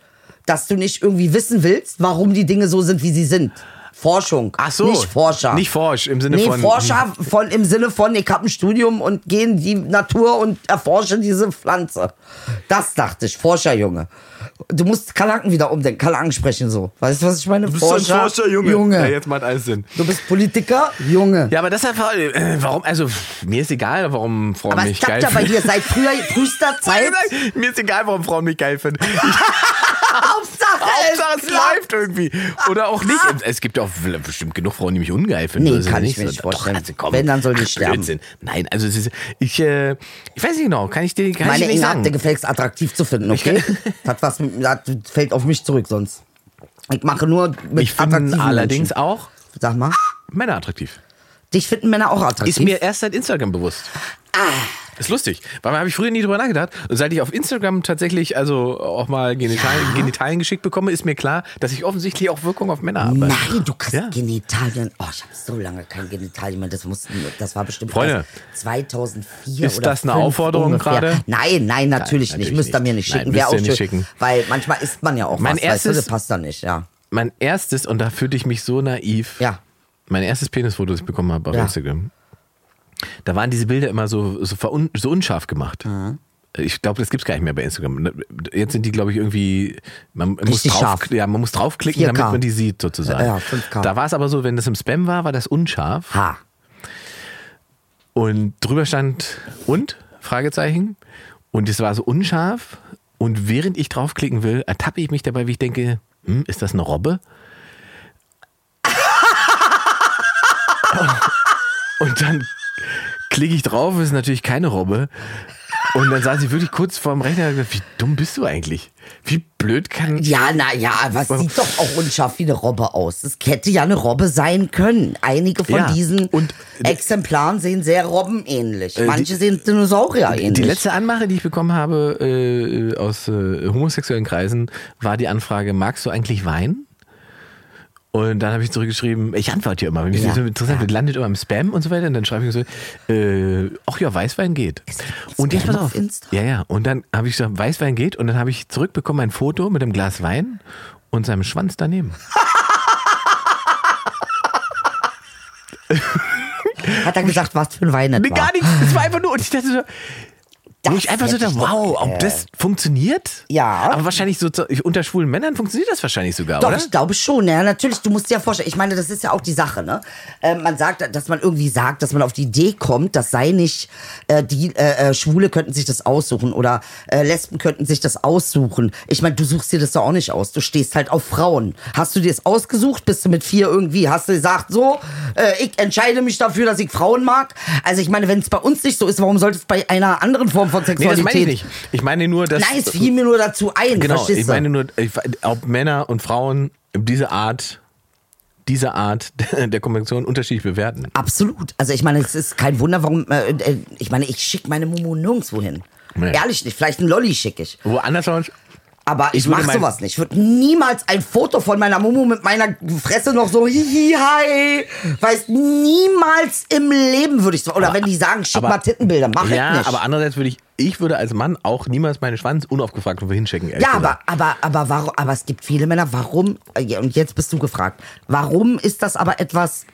D: Dass du nicht irgendwie wissen willst, warum die Dinge so sind, wie sie sind. Forschung.
B: Ach so.
D: Nicht Forscher.
B: Nicht Forsch im Sinne
D: nee,
B: von.
D: Forscher von, im Sinne von, ich habe ein Studium und gehe in die Natur und erforsche diese Pflanze. Das dachte ich, Forscherjunge. Du musst Kalanken wieder umdenken, Kalanken sprechen so. Weißt du, was ich meine?
B: Du bist so ein Forscherjunge. Ja, jetzt macht alles Sinn.
D: Du bist Politiker, Junge.
B: Ja, aber das ist einfach, äh, warum, also, pff, mir ist egal, warum Frauen
D: Aber es
B: mich
D: klappt
B: geil
D: ja bei
B: finden.
D: dir
B: genau.
D: seit früher, frühester Zeit.
B: Mir ist egal, warum Frauen mich geil finden. Ich,
D: Hauptsache,
B: Hauptsache, es
D: klappt. Ah.
B: läuft irgendwie. Oder auch nicht. Es gibt auch bestimmt genug Frauen, die mich ungeil finden.
D: Nee,
B: Das ist ja
D: kann ich mir
B: so.
D: nicht vorstellen.
B: Doch, also komm.
D: Wenn, dann soll die
B: Ach,
D: sterben.
B: Blödsinn. Nein, also, es ist, ich, äh, ich weiß nicht genau, kann ich dir, kann
D: Meine
B: ich dir nicht
D: Inge hat dir
B: sagen.
D: gefällt, attraktiv zu finden, okay? hat was, mit- hat, fällt auf mich zurück sonst. Ich mache nur mit
B: Ich finde
D: attraktiven
B: allerdings
D: Menschen.
B: auch
D: Sag mal,
B: Männer attraktiv.
D: dich finden Männer auch attraktiv. Ah,
B: Ist mir erst seit Instagram bewusst. Ist lustig, weil da habe ich früher nie drüber nachgedacht. Und seit ich auf Instagram tatsächlich also auch mal Genitalien, Genitalien geschickt bekomme, ist mir klar, dass ich offensichtlich auch Wirkung auf Männer habe.
D: Nein, du kriegst
B: Ja.
D: Genitalien. Oh, ich habe so lange kein Genitalien mehr. Das mussten, das war bestimmt
B: Freunde,
D: erst 2004
B: ist
D: oder
B: das eine
D: 5
B: Aufforderung
D: ungefähr.
B: gerade?
D: Nein, nein, natürlich
B: Nein,
D: nicht.
B: natürlich
D: Müsst ihr
B: nicht.
D: mir nicht
B: Nein,
D: schicken. Wäre auch
B: müsst ihr nicht
D: schön.
B: schicken.
D: Weil manchmal isst man ja auch
B: Mein
D: was. weißt du,
B: erstes-
D: das passt da nicht, ja.
B: Mein erstes, und da fühlte ich mich so naiv,
D: Ja.
B: mein erstes Penisfoto, das ich bekommen habe auf
D: Ja.
B: Instagram, da waren diese Bilder immer so, so, verun, so unscharf gemacht. Ich glaube, das gibt's gar nicht mehr bei Instagram. Ne, Jetzt sind die, glaube ich, irgendwie. Man muss,
D: Richtig
B: drauf,
D: scharf.
B: Ja, man muss draufklicken,
D: 4K.
B: damit man die sieht, sozusagen.
D: Ja, ja, 5K.
B: Da war es aber so, wenn das im Spam war, war das unscharf.
D: Ha.
B: Und drüber stand und? Fragezeichen. Und es war so unscharf. Und während ich draufklicken will, ertappe ich mich dabei, wie ich denke, hm, ist das eine Robbe? und dann klicke ich drauf, es ist natürlich keine Robbe. Und dann saß ich wirklich kurz vorm Rechner und gesagt, wie dumm bist du eigentlich? Wie blöd kann
D: Ja, na ja, was sieht doch auch unscharf wie eine Robbe aus. Es hätte ja eine Robbe sein können. Einige von
B: Ja,
D: diesen
B: und- Äh,
D: Exemplaren sehen sehr robbenähnlich.
B: die-
D: Manche sehen Dinosaurier ähnlich.
B: Die letzte Anmache, die ich bekommen habe äh, aus äh, homosexuellen Kreisen, war die Anfrage, magst du eigentlich Wein? Und dann habe ich zurückgeschrieben, ich antworte ja immer, wenn mich
D: Ja.
B: so interessant wird, landet immer im Spam und so weiter. Und dann schreibe ich so, äh, ach ja, Weißwein geht.
D: gibt
B: Und jetzt
D: Spam
B: pass
D: auf
B: auf.
D: Insta?
B: Ja, ja. Und dann habe ich gesagt, Weißwein geht. Und dann habe ich zurückbekommen ein Foto mit einem Glas Wein und seinem Schwanz daneben.
D: Hat er gesagt, was für ein Wein das
B: Nee,
D: war.
B: gar nichts. Es war einfach nur, und ich dachte so,
D: das
B: Wo ich einfach so
D: hätte
B: dachte,
D: ich doch,
B: wow,
D: äh,
B: ob das funktioniert?
D: Ja.
B: Aber wahrscheinlich so, zu- unter schwulen Männern funktioniert das wahrscheinlich sogar,
D: Doch,
B: oder?
D: ich glaube schon. Ja, natürlich, du musst dir ja vorstellen. Ich meine, das ist ja auch die Sache, ne? Äh, man sagt, dass man irgendwie sagt, dass man auf die Idee kommt, das sei nicht, äh, die äh, äh, Schwule könnten sich das aussuchen oder äh, Lesben könnten sich das aussuchen. Ich meine, du suchst dir das doch auch nicht aus. Du stehst halt auf Frauen. Hast du dir das ausgesucht? Bist du mit vier irgendwie? Hast du gesagt, so, äh, ich entscheide mich dafür, dass ich Frauen mag? Also ich meine, wenn es bei uns nicht so ist, warum sollte es bei einer anderen Form von
B: nee, das
D: Sexualität?
B: meine ich nicht. Ich meine nur, dass.
D: Nein, es fiel mir nur dazu ein.
B: Genau,
D: verstehst
B: ich
D: du?
B: meine nur, ich, ob Männer und Frauen diese Art, diese Art der Konvention unterschiedlich bewerten.
D: Absolut. Also ich meine, es ist kein Wunder, warum. Äh, äh, ich meine, ich schicke meine Mumu nirgendwo hin.
B: Nee.
D: Ehrlich nicht. Vielleicht ein Lolli schicke ich.
B: Woanders
D: Aber ich,
B: Ich würde
D: mache
B: mein-
D: sowas nicht. Ich würde niemals ein Foto von meiner Mumu mit meiner Fresse noch so hihi, hi. Weiß niemals im Leben würde ich so. Oder wenn die sagen, schick mal Tittenbilder, mach
B: ja,
D: ich nicht.
B: aber andererseits würde ich, ich würde als Mann auch niemals meinen Schwanz unaufgefragt irgendwo hinschicken. ehrlich
D: ja, aber,
B: gesagt.
D: aber, aber, warum, aber es gibt viele Männer, warum, ja, und jetzt bist du gefragt, warum ist das aber etwas,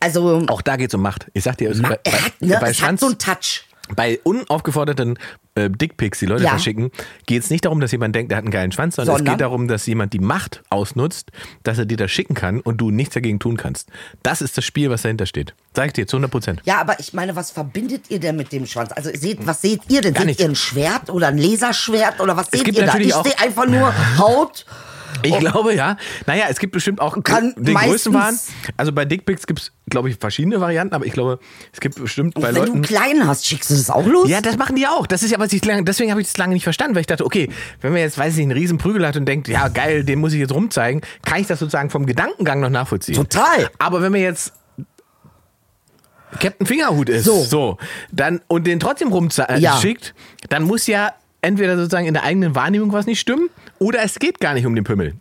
D: also,
B: Auch da geht es um Macht. Ich sag dir, es-
D: ma-
B: bei,
D: er hat,
B: bei,
D: ne,
B: bei,
D: es hat
B: Schwanz,
D: so einen Touch.
B: bei unaufgeforderten äh, Dickpics, die Leute
D: Ja.
B: verschicken, geht es nicht darum, dass jemand denkt, er hat einen geilen Schwanz, sondern, es
D: Sondern?
B: geht darum, dass jemand die Macht ausnutzt, dass er dir das schicken kann und du nichts dagegen tun kannst. Das ist das Spiel, was dahinter steht. Sag ich dir zu 100 Prozent.
D: Ja, aber ich meine, was verbindet ihr denn mit dem Schwanz? Also seht, was seht ihr denn?
B: Gar
D: seht
B: nichts.
D: ihr ein Schwert oder ein Laserschwert oder was seht
B: gibt
D: ihr da?
B: natürlich
D: Ich
B: auch-
D: sehe einfach nur Haut.
B: Ich glaube, ja. Naja, es gibt bestimmt auch
D: Oh. Kann
B: den
D: meistens-
B: Größenwahn. Also bei Dickpics gibt es, glaube ich, verschiedene Varianten, aber ich glaube, es gibt bestimmt bei
D: Wenn du
B: Leuten.
D: einen kleinen hast, schickst du das auch los?
B: Ja, das machen die auch. Das ist ja, was ich lange, deswegen habe ich das lange nicht verstanden, weil ich dachte, okay, wenn man jetzt, weiß ich, nicht, einen riesen Prügel hat und denkt, ja, geil, den muss ich jetzt rumzeigen, kann ich das sozusagen vom Gedankengang noch nachvollziehen.
D: Total.
B: Aber wenn man jetzt Captain Fingerhut ist,
D: So.
B: so, dann, und den trotzdem rumschickt,
D: Ja.
B: schickt, dann muss ja entweder sozusagen in der eigenen Wahrnehmung was nicht stimmen, oder es geht gar nicht um den Pimmel.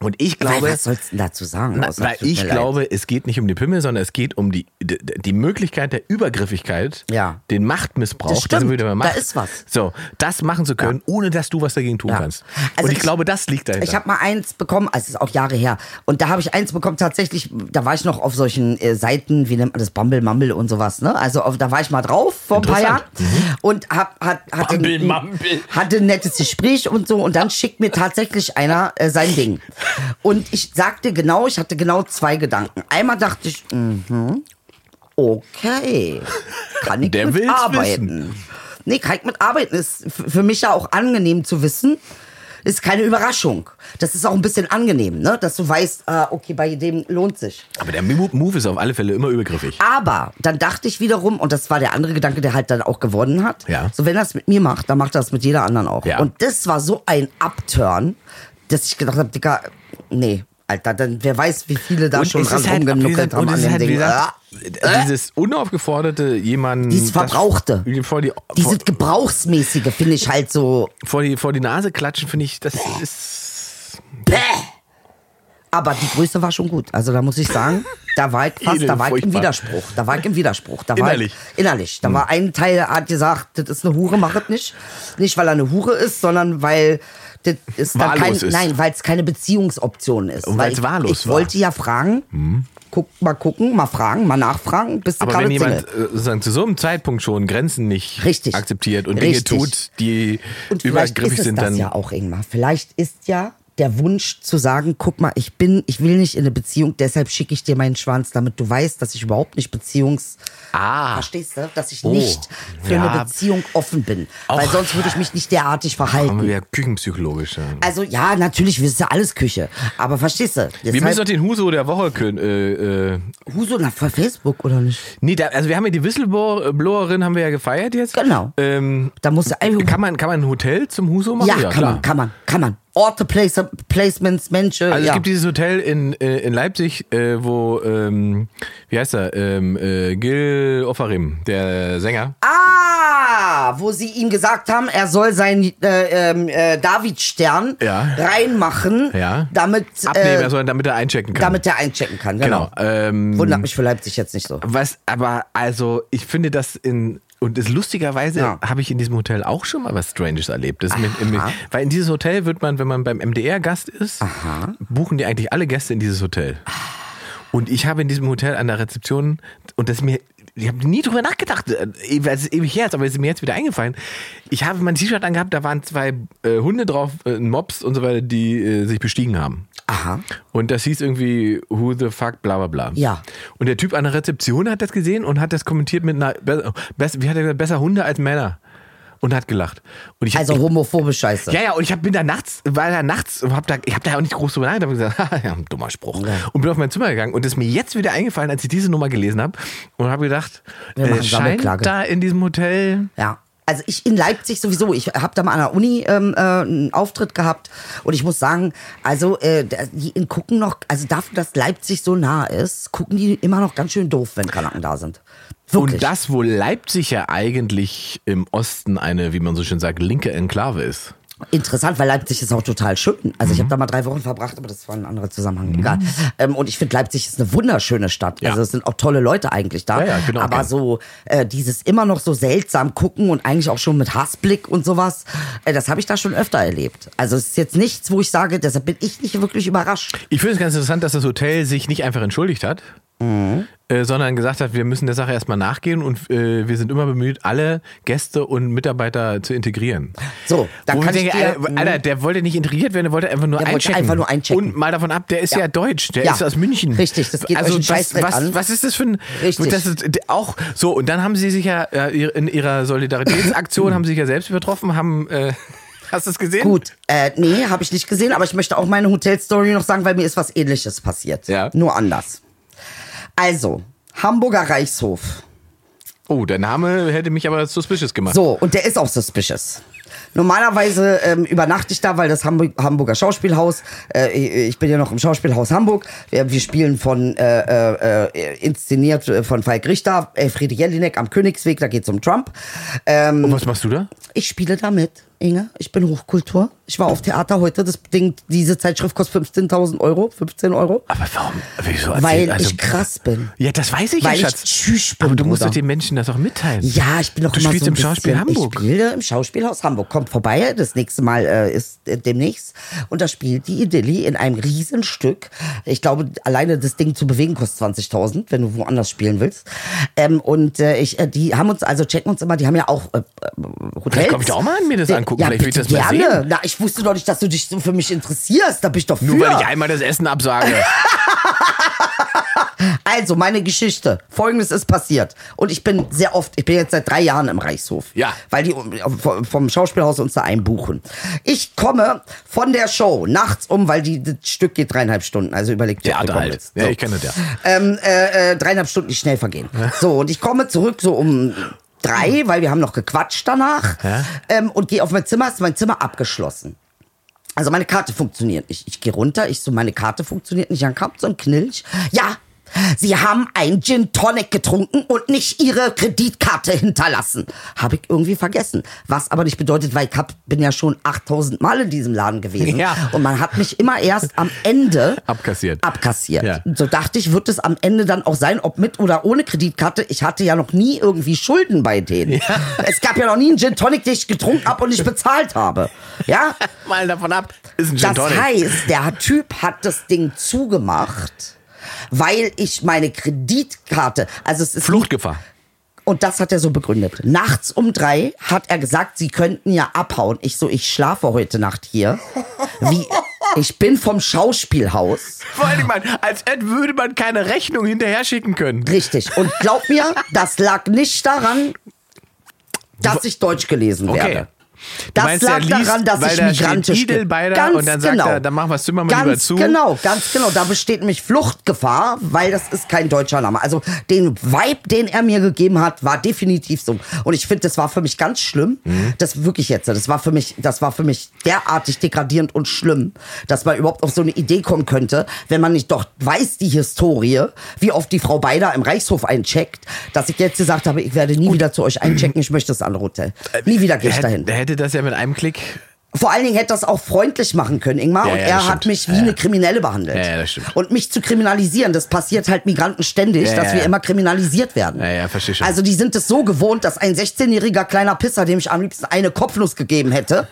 B: Und ich
D: Weil,
B: glaube,
D: was sollst du denn dazu sagen?
B: na,
D: Außer,
B: weil
D: tut mir
B: ich
D: leid.
B: glaube, es geht nicht um die Pimmel, sondern es geht um die, die, die Möglichkeit der Übergriffigkeit,
D: Ja.
B: den
D: Das
B: Machtmissbrauch, Also
D: stimmt.
B: würde man machen.
D: Da ist was.
B: So, das machen zu können, ohne dass du was dagegen tun
D: Ja.
B: kannst.
D: Also
B: Und ich,
D: ich-
B: glaube, das liegt dahinter.
D: Ich habe mal eins bekommen, also es ist auch Jahre her. Und da habe ich eins bekommen, tatsächlich, da war ich noch auf solchen äh, Seiten, wie nennt man das, Bumble Mumble und sowas, ne? Also auf, da war ich mal drauf vor ein paar Jahren
B: Interessant.
D: und hab, hat, hatte,
B: Bumble Mumble.
D: hatte ein nettes Gespräch und so. Und dann schickt mir tatsächlich einer äh, sein Ding. Und ich sagte genau, ich hatte genau zwei Gedanken. Einmal dachte ich, mhm, okay, kann ich
B: Der
D: mit
B: will's
D: arbeiten.
B: wissen.
D: Nee, kann ich mitarbeiten. Ist f- für mich ja auch angenehm zu wissen. Ist keine Überraschung. Das ist auch ein bisschen angenehm, ne? dass du weißt, äh, okay, bei dem lohnt sich.
B: Aber der Mo- Move ist auf alle Fälle immer
D: Ah,
B: übergriffig.
D: Aber dann dachte ich wiederum, und das war der andere Gedanke, der halt dann auch gewonnen hat,
B: Ja.
D: so wenn er es mit mir macht, dann macht er es mit jeder anderen auch.
B: Ja.
D: Und das war so ein Upturn, dass ich gedacht habe, Digga, nee, Alter, dann, wer weiß, wie viele da schon
B: es
D: dran
B: ist halt, wie
D: rumgenuckelt
B: gesagt,
D: haben
B: und
D: an
B: es
D: dem
B: ist halt, wie
D: Ding.
B: gesagt, äh,
D: Ah.
B: dieses unaufgeforderte jemanden.
D: Dieses
B: Hm, das-
D: Verbrauchte.
B: Vor die, vor,
D: Dieses Gebrauchsmäßige finde ich halt so,
B: vor, die, vor die Nase klatschen, finde ich, das ist.
D: bäh. Aber die Größe war schon gut. Also da muss ich sagen, da war ich fast, da war ich im
B: Furchtbar.
D: Widerspruch. Da war ich im Widerspruch. Da war
B: Innerlich. Hm.
D: Ich, innerlich. Da war ein Teil, der hat gesagt, das ist eine Hure, mach es nicht. Nicht, weil er eine Hure ist, sondern weil das ist dann kein,
B: Wahllos ist.
D: nein, weil es keine Beziehungsoption ist.
B: Und
D: Weil
B: weil's
D: ich-
B: wahllos
D: Ich
B: war. Hm.
D: wollte ja fragen, guck, mal gucken, mal fragen, mal nachfragen, bist du
B: Aber wenn
D: gerade Single.
B: jemand äh, sozusagen zu so einem Zeitpunkt schon Grenzen nicht
D: Richtig.
B: akzeptiert und
D: Richtig.
B: Dinge tut, die
D: Und vielleicht
B: übergriffig
D: ist es
B: sind,
D: das
B: dann
D: ja auch, Ingmar. Vielleicht ist ja der Wunsch zu sagen, guck mal, ich bin, ich will nicht in eine Beziehung, deshalb schicke ich dir meinen Schwanz, damit du weißt, dass ich überhaupt nicht Beziehungs...
B: Ah.
D: Verstehst du? Dass ich
B: Oh.
D: nicht für eine
B: Ja.
D: Beziehung offen bin.
B: Auch-
D: Weil sonst würde ich mich nicht derartig
B: haben wir
D: verhalten.
B: ja küchenpsychologisch. ja.
D: Also ja, natürlich, wir sind ja alles Küche. Aber verstehst du?
B: Wir müssen doch
D: Deshalb,
B: den Huso der Woche können. Äh, äh.
D: Huso nach vor Facebook, oder nicht?
B: Nee, da, also wir haben ja die Whistleblowerin haben wir ja gefeiert jetzt.
D: Genau.
B: Ähm,
D: Da musst du... einfach-
B: kann, man, kann man ein Hotel zum Huso machen?
D: ja, kann man, kann man, kann man. Orte, Place, Placements, Menschen.
B: Also
D: ja.
B: es gibt dieses Hotel in, äh, in Leipzig, äh, wo, ähm, wie heißt er, ähm, äh, Gil Ofarim, der Sänger,
D: Ah, wo sie ihm gesagt haben, er soll seinen äh, ähm, äh, Davidstern
B: Ja.
D: reinmachen,
B: Ja.
D: damit,
B: abnehmen,
D: äh,
B: also, damit er einchecken kann.
D: damit er einchecken kann. Genau.
B: genau. Ähm,
D: Wundert mich für Leipzig jetzt nicht so.
B: Was, aber also, ich finde das in. Und das lustigerweise
D: Ja.
B: habe ich in diesem Hotel auch schon mal was Stranges erlebt. Das ist mit, im,
D: Aha.
B: weil in dieses Hotel wird man, wenn man beim MDR Gast ist,
D: Aha.
B: buchen die eigentlich alle Gäste in dieses Hotel. Und ich habe in diesem Hotel an der Rezeption, und das ist mir ich habe nie drüber nachgedacht, äh, weil es ewig her ist, aber es ist mir jetzt wieder eingefallen. Ich habe mein T-Shirt angehabt, da waren zwei äh, Hunde drauf, äh, Mobs und so weiter, die äh, sich bestiegen haben.
D: Aha.
B: Und das hieß irgendwie Who the fuck, bla bla bla.
D: Ja.
B: Und der Typ an der Rezeption hat das gesehen und hat das kommentiert mit einer, be- bess- wie hat er gesagt, besser Hunde als Männer. Und hat gelacht. Und ich hab-
D: Also
B: ich,
D: homophobe Scheiße.
B: ja, ja, und ich hab, bin da nachts, war da nachts, und hab da, ich habe da auch nicht groß drüber nachgedacht, hab gesagt, "Ha, ja, ein dummer Spruch. Und bin auf mein Zimmer gegangen und ist mir jetzt wieder eingefallen, als ich diese Nummer gelesen habe und habe gedacht,
D: Wir
B: äh,
D: machen
B: scheint
D: Sammelklage.
B: da in diesem Hotel,
D: Ja. Also ich in Leipzig sowieso, ich habe da mal an der Uni ähm, äh, einen Auftritt gehabt und ich muss sagen, also äh, die in gucken noch, also dafür, dass Leipzig so nah ist, gucken die immer noch ganz schön doof, wenn Kanaken da sind. Wirklich.
B: und das, wo Leipzig ja eigentlich im Osten eine, wie man so schön sagt, linke Enklave ist.
D: Interessant, weil Leipzig ist auch total schön. Also
B: Mhm.
D: ich habe da mal drei Wochen verbracht, aber das war ein anderer Zusammenhang. Egal. Ähm, und ich finde, Leipzig ist eine wunderschöne Stadt.
B: Ja.
D: Also es sind auch tolle Leute eigentlich da.
B: Ja, ja, genau,
D: aber
B: genau.
D: so äh, dieses immer noch so seltsam gucken und eigentlich auch schon mit Hassblick und sowas, äh, das habe ich da schon öfter erlebt. Also es ist jetzt nichts, wo ich sage, deshalb bin ich nicht wirklich überrascht.
B: Ich finde es ganz interessant, dass das Hotel sich nicht einfach entschuldigt hat,
D: Mhm.
B: äh, sondern gesagt hat, wir müssen der Sache erstmal nachgehen und äh, wir sind immer bemüht, alle Gäste und Mitarbeiter zu integrieren.
D: So, da
B: Wo
D: kann ich
B: ich
D: dir,
B: denke,
D: Mhm.
B: Alter, Alter, der wollte nicht integriert werden, der wollte einfach nur
D: Der wollte
B: einchecken.
D: einfach nur einchecken.
B: Und mal davon ab, der ist ja,
D: Ja.
B: deutsch, der
D: Ja.
B: ist aus München. Also
D: Richtig, das geht euch einen
B: was,
D: Scheißdreck
B: was,
D: an.
B: was ist das für ein...
D: Richtig.
B: Das ist d- auch so, und dann haben sie sich ja äh, in ihrer Solidaritätsaktion, haben sie sich ja selbst übertroffen, haben... Äh, hast du es gesehen?
D: Gut, äh, nee, habe ich nicht gesehen, aber ich möchte auch meine Hotelstory noch sagen, weil mir ist was ähnliches passiert.
B: Ja.
D: Nur anders. Also, Hamburger Reichshof.
B: Oh, der Name hätte mich aber suspicious gemacht.
D: So, und der ist auch suspicious. Normalerweise ähm, übernachte ich da, weil das Hamburg, Hamburger Schauspielhaus, äh, ich bin ja noch im Schauspielhaus Hamburg, wir, wir spielen von, äh, äh, äh, inszeniert von Falk Richter, Elfriede Jelinek am Königsweg, da geht's um Trump. Ähm,
B: Und was machst du da?
D: Ich spiele damit, Inge, ich bin Hochkultur. Ich war auf Theater heute, das Ding, diese Zeitschrift kostet 15.000 Euro, 15 Euro,
B: Aber warum? Wieso also
D: weil ich krass bin.
B: Ja, das weiß ich
D: Weil
B: ja,
D: ich
B: Schatz.
D: tschüss bin,
B: Aber du musst
D: Bruder.
B: doch den Menschen das auch mitteilen.
D: Ja, ich bin doch
B: Du
D: immer
B: spielst
D: so ein
B: im Schauspiel
D: bisschen,
B: Hamburg.
D: Ich spiele im Schauspielhaus Hamburg. Kommt vorbei, das nächste Mal äh, ist äh, demnächst. Und da spielt die Idilli in einem Riesenstück. Ich glaube, alleine das Ding zu bewegen kostet 20.000, wenn du woanders spielen willst. Ähm, und äh, ich, äh, die haben uns, also checken uns immer, die haben ja auch äh, äh, Hotels.
B: Vielleicht komm ich auch mal an mir das
D: Ja,
B: angucken,
D: Ja,
B: vielleicht will ich
D: bitte
B: das mal
D: gerne.
B: sehen.
D: Na, ich wusste doch nicht, dass du dich so für mich interessierst. Da bin ich doch für.
B: Nur weil ich einmal das Essen absage.
D: Also, meine Geschichte. Folgendes ist passiert. Und ich bin sehr oft, ich bin jetzt seit drei Jahren im Reichshof.
B: Ja.
D: Weil die vom- vom Schauspielhaus uns da einbuchen. Ich komme von der Show nachts um, weil die, das Stück geht dreieinhalb Stunden. Also überlegt ihr, ob ihr
B: Theater
D: kommt
B: halt.
D: jetzt.
B: Ja,
D: So.
B: ich kenne das ja.
D: Ähm, äh, äh, dreieinhalb Stunden die schnell vergehen. So, und ich komme zurück so um drei, weil wir haben noch gequatscht danach.
B: Ja.
D: Ähm, und gehe auf mein Zimmer, ist mein Zimmer abgeschlossen. Also meine Karte funktioniert nicht. Ich gehe runter, ich so, meine Karte funktioniert nicht. Dann kommt so ein Knilch. Ja, Sie haben ein Gin Tonic getrunken und nicht Ihre Kreditkarte hinterlassen. Habe ich irgendwie vergessen. Was aber nicht bedeutet, weil ich hab, bin ja schon 8000 Mal in diesem Laden gewesen.
B: Ja.
D: Und man hat mich immer erst am Ende
B: Abkassiert.
D: abkassiert.
B: Ja.
D: So dachte ich, wird es am Ende dann auch sein, ob mit oder ohne Kreditkarte. Ich hatte ja noch nie irgendwie Schulden bei denen. Es gab ja noch nie einen Gin Tonic, den ich getrunken habe und nicht bezahlt habe. Ja?
B: mal davon ab. Ist ein Gin
D: Das
B: Tonic.
D: heißt, der Typ hat das Ding zugemacht, weil ich meine Kreditkarte, also es ist
B: Fluchtgefahr.
D: und das hat er so begründet. Nachts um drei hat er gesagt, sie könnten ja abhauen. Ich so, ich schlafe heute Nacht hier. Wie? Ich bin vom Schauspielhaus.
B: Vor allem, man, als Ed würde man keine Rechnung hinterher schicken können.
D: Richtig. Und glaub mir, das lag nicht daran, dass ich Deutsch gelesen
B: Okay.
D: werde.
B: Du
D: Das
B: meinst,
D: lag
B: er liest,
D: daran, dass
B: weil
D: ich
B: da steht
D: migrantisch
B: Idel
D: bin.
B: bei da
D: Ganz
B: und dann sagt
D: genau.
B: er, dann machen wir es Zimmermann
D: ganz
B: lieber zu.
D: Genau, ganz genau. Da besteht nämlich Fluchtgefahr, weil das ist kein deutscher Name. Also den Vibe, den er mir gegeben hat, war definitiv so. Und ich finde, das war für mich ganz schlimm. Das wirklich jetzt, das war für mich, das war für mich derartig degradierend und schlimm, dass man überhaupt auf so eine Idee kommen könnte, wenn man nicht doch weiß die Historie, wie oft die Frau Beider im Reichshof eincheckt, dass ich jetzt gesagt habe, ich werde nie wieder zu euch einchecken, ich möchte das andere Hotel. Nie wieder gehe ich
B: Er
D: dahin.
B: Äh, hätte, er hätte das ja mit einem Klick.
D: Vor allen Dingen hätte das auch freundlich machen können, Ingmar.
B: Ja,
D: und
B: ja,
D: er
B: das
D: hat
B: stimmt.
D: mich wie
B: Ja,
D: eine
B: ja.
D: Kriminelle behandelt.
B: Ja, ja, das stimmt.
D: Und mich zu kriminalisieren, das passiert halt Migranten ständig,
B: Ja,
D: dass
B: ja,
D: wir
B: ja.
D: immer kriminalisiert werden.
B: Ja, ja, verstehe schon.
D: Also die sind es so gewohnt, dass ein 16-jähriger kleiner Pisser, dem ich am liebsten eine Kopfnuss gegeben hätte,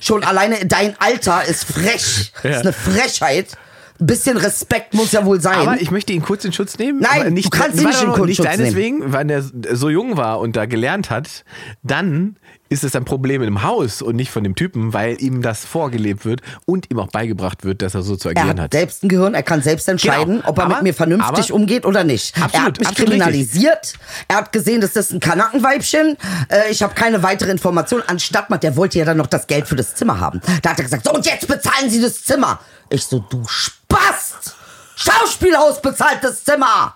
D: schon alleine dein Alter ist frech.
B: Ja.
D: Ist eine Frechheit. bisschen Respekt muss ja wohl sein.
B: Aber ich möchte ihn kurz in Schutz nehmen.
D: Nein,
B: aber nicht,
D: du kannst ihn
B: warte,
D: nicht in
B: warte,
D: Schutz
B: Nicht
D: nehmen.
B: deineswegen, weil er so jung war und da gelernt hat, dann ist es ein Problem im Haus und nicht von dem Typen, weil ihm das vorgelebt wird und ihm auch beigebracht wird, dass er so
D: er
B: zu agieren
D: hat,
B: hat.
D: selbst ein Gehirn, er kann selbst entscheiden,
B: Genau,
D: ob er
B: aber-
D: mit mir vernünftig
B: aber-
D: umgeht oder nicht. er
B: Absolut,
D: hat mich
B: absolut
D: kriminalisiert, er hat gesehen, dass das ein Kanackenweibchen, äh, ich habe keine weitere Information, anstatt man, der wollte ja dann noch das Geld für das Zimmer haben. Da hat er gesagt, so und jetzt bezahlen Sie das Zimmer. Ich so, du Spast! Schauspielhaus bezahlt das Zimmer!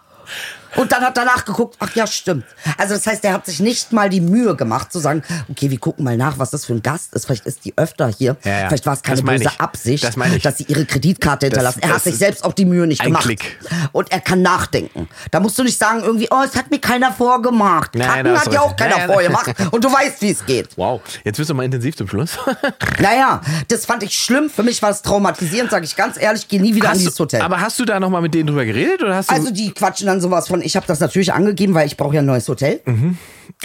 D: Und dann hat er nachgeguckt, ach ja, stimmt. Also das heißt, er hat sich nicht mal die Mühe gemacht zu sagen, okay, wir gucken mal nach, was das für ein Gast ist. Vielleicht ist die öfter hier.
B: Ja, ja.
D: Vielleicht war es keine
B: Das meine
D: böse
B: ich.
D: Absicht,
B: Das meine ich.
D: dass sie ihre Kreditkarte hinterlassen. Er
B: das
D: hat sich
B: ist
D: selbst auch die Mühe nicht
B: ein
D: gemacht.
B: Klick.
D: Und er kann nachdenken. Da musst du nicht sagen irgendwie, oh, es hat mir keiner vorgemacht.
B: Nein,
D: Kacken
B: da hast
D: hat
B: du
D: ja
B: recht.
D: auch keiner
B: Nein, nein.
D: vorgemacht. Und du weißt, wie es geht.
B: Wow, jetzt wirst du mal intensiv zum Schluss.
D: Naja, das fand ich schlimm. Für mich war es traumatisierend, sage ich ganz ehrlich. Geh nie wieder an dieses
B: hast du,
D: Hotel.
B: aber hast du da nochmal mit denen drüber geredet? Oder hast du,
D: also die quatschen dann sowas von, ich habe das natürlich angegeben, weil ich brauche ja ein neues Hotel.
B: nee,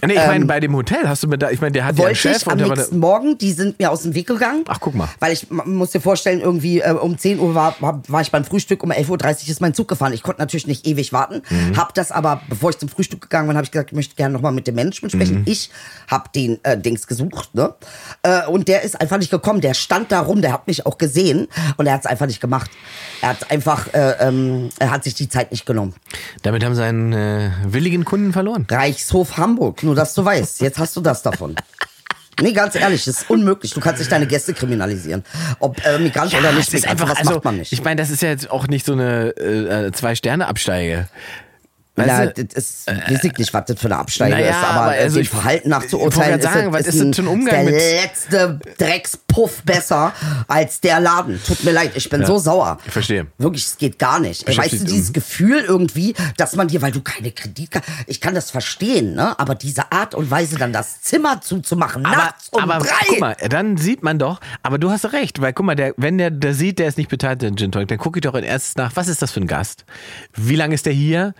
B: ich meine, bei dem Hotel hast du mit da, ich meine, der hat ja einen
D: ähm, wollte
B: Chef
D: ich am
B: und der war da,
D: nächsten Morgen, die sind mir aus dem Weg gegangen.
B: Ach, guck mal.
D: Weil ich man muss dir vorstellen, irgendwie äh, um 10 Uhr war, war, war ich beim Frühstück, um 11.30 Uhr ist mein Zug gefahren. Ich konnte natürlich nicht ewig warten.
B: Mhm.
D: Hab das aber, bevor ich zum Frühstück gegangen bin, habe ich gesagt, ich möchte gerne nochmal mit dem Management sprechen.
B: Mhm.
D: Ich habe den äh, Dings gesucht, ne? Äh, und der ist einfach nicht gekommen. Der stand da rum, der hat mich auch gesehen und er hat es einfach nicht gemacht. Er hat einfach, äh, ähm, er hat sich die Zeit nicht genommen.
B: damit haben sie einen äh, willigen Kunden verloren.
D: Reichshof Hamburg, nur dass du weißt. Jetzt hast du das davon. Nee, ganz ehrlich, das ist unmöglich. Du kannst nicht deine Gäste kriminalisieren. Ob äh, Migrant oder nicht
B: es ist
D: Migrant,
B: einfach,
D: was
B: also,
D: macht man nicht?
B: Ich meine, das ist ja jetzt auch nicht so eine äh, Zwei-Sterne-Absteige. Weißt
D: Na,
B: du?
D: das ist, weiß ich nicht, was das für eine Absteiger
B: Also, äh, Naja,
D: ist, aber,
B: aber
D: äh,
B: also
D: dem
B: ich-
D: Verhalten nach zu
B: ich wollte
D: urteilen
B: gerade sagen, was ist denn für ein Umgang
D: ist
B: mit-
D: der letzte Dreckspuff besser als der Laden. Tut mir leid, ich bin so sauer.
B: Ich verstehe.
D: Wirklich, es geht gar nicht. Ey, weißt du,
B: Beschäftigt-
D: dieses Gefühl irgendwie, dass man dir, weil du keine Kreditkarte, ich kann das verstehen, ne? aber diese Art und Weise, dann das Zimmer zuzumachen, nachts um
B: aber
D: drei.
B: guck mal, dann sieht man doch, aber du hast recht, weil guck mal, der, wenn der, der sieht, der ist nicht beteiligt an Gin Tonic, dann gucke ich doch erstes nach, was ist das für ein Gast? Wie lange ist der hier?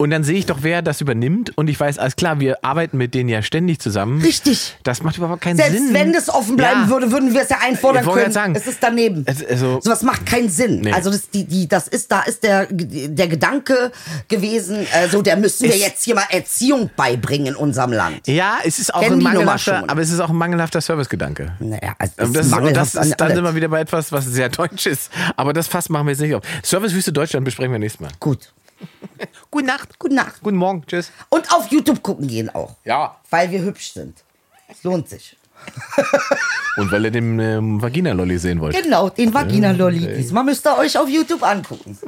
B: Und dann sehe ich doch, wer das übernimmt und ich weiß, alles klar, wir arbeiten mit denen ja ständig zusammen.
D: Richtig.
B: Das macht überhaupt keinen
D: Selbst
B: Sinn.
D: wenn das offen bleiben
B: Ja.
D: würde, würden wir es ja einfordern
B: Ich wollte
D: können.
B: gerade sagen.
D: es ist daneben.
B: Es- also-
D: Sowas macht keinen Sinn.
B: Nee.
D: Also das, die, die, das ist, da ist der, der Gedanke gewesen, äh, so der müssen wir
B: Ist-
D: jetzt hier mal Erziehung beibringen in unserem Land.
B: Ja, es ist auch
D: Kennen
B: ein
D: die Nummer
B: mangelhafter,
D: schon.
B: aber es ist auch ein mangelhafter Servicegedanke.
D: Naja, also ist
B: Aber Das ist, und das
D: mangelhaft an
B: ist dann
D: alles.
B: sind wir wieder bei etwas, was sehr deutsch ist. Aber das Fass machen wir jetzt nicht auf. Servicewüste Deutschland besprechen wir nächstes Mal.
D: Gut.
B: Gute Nacht.
D: Gute Nacht.
B: Guten Morgen. Tschüss.
D: Und auf YouTube gucken gehen auch.
B: Ja.
D: Weil wir hübsch sind. Es lohnt sich.
B: Und weil ihr den ähm, Vagina-Lolli sehen wollt. Äh,
D: Genau, den Vagina-Lolli. Diesmal müsst ihr euch auf YouTube angucken.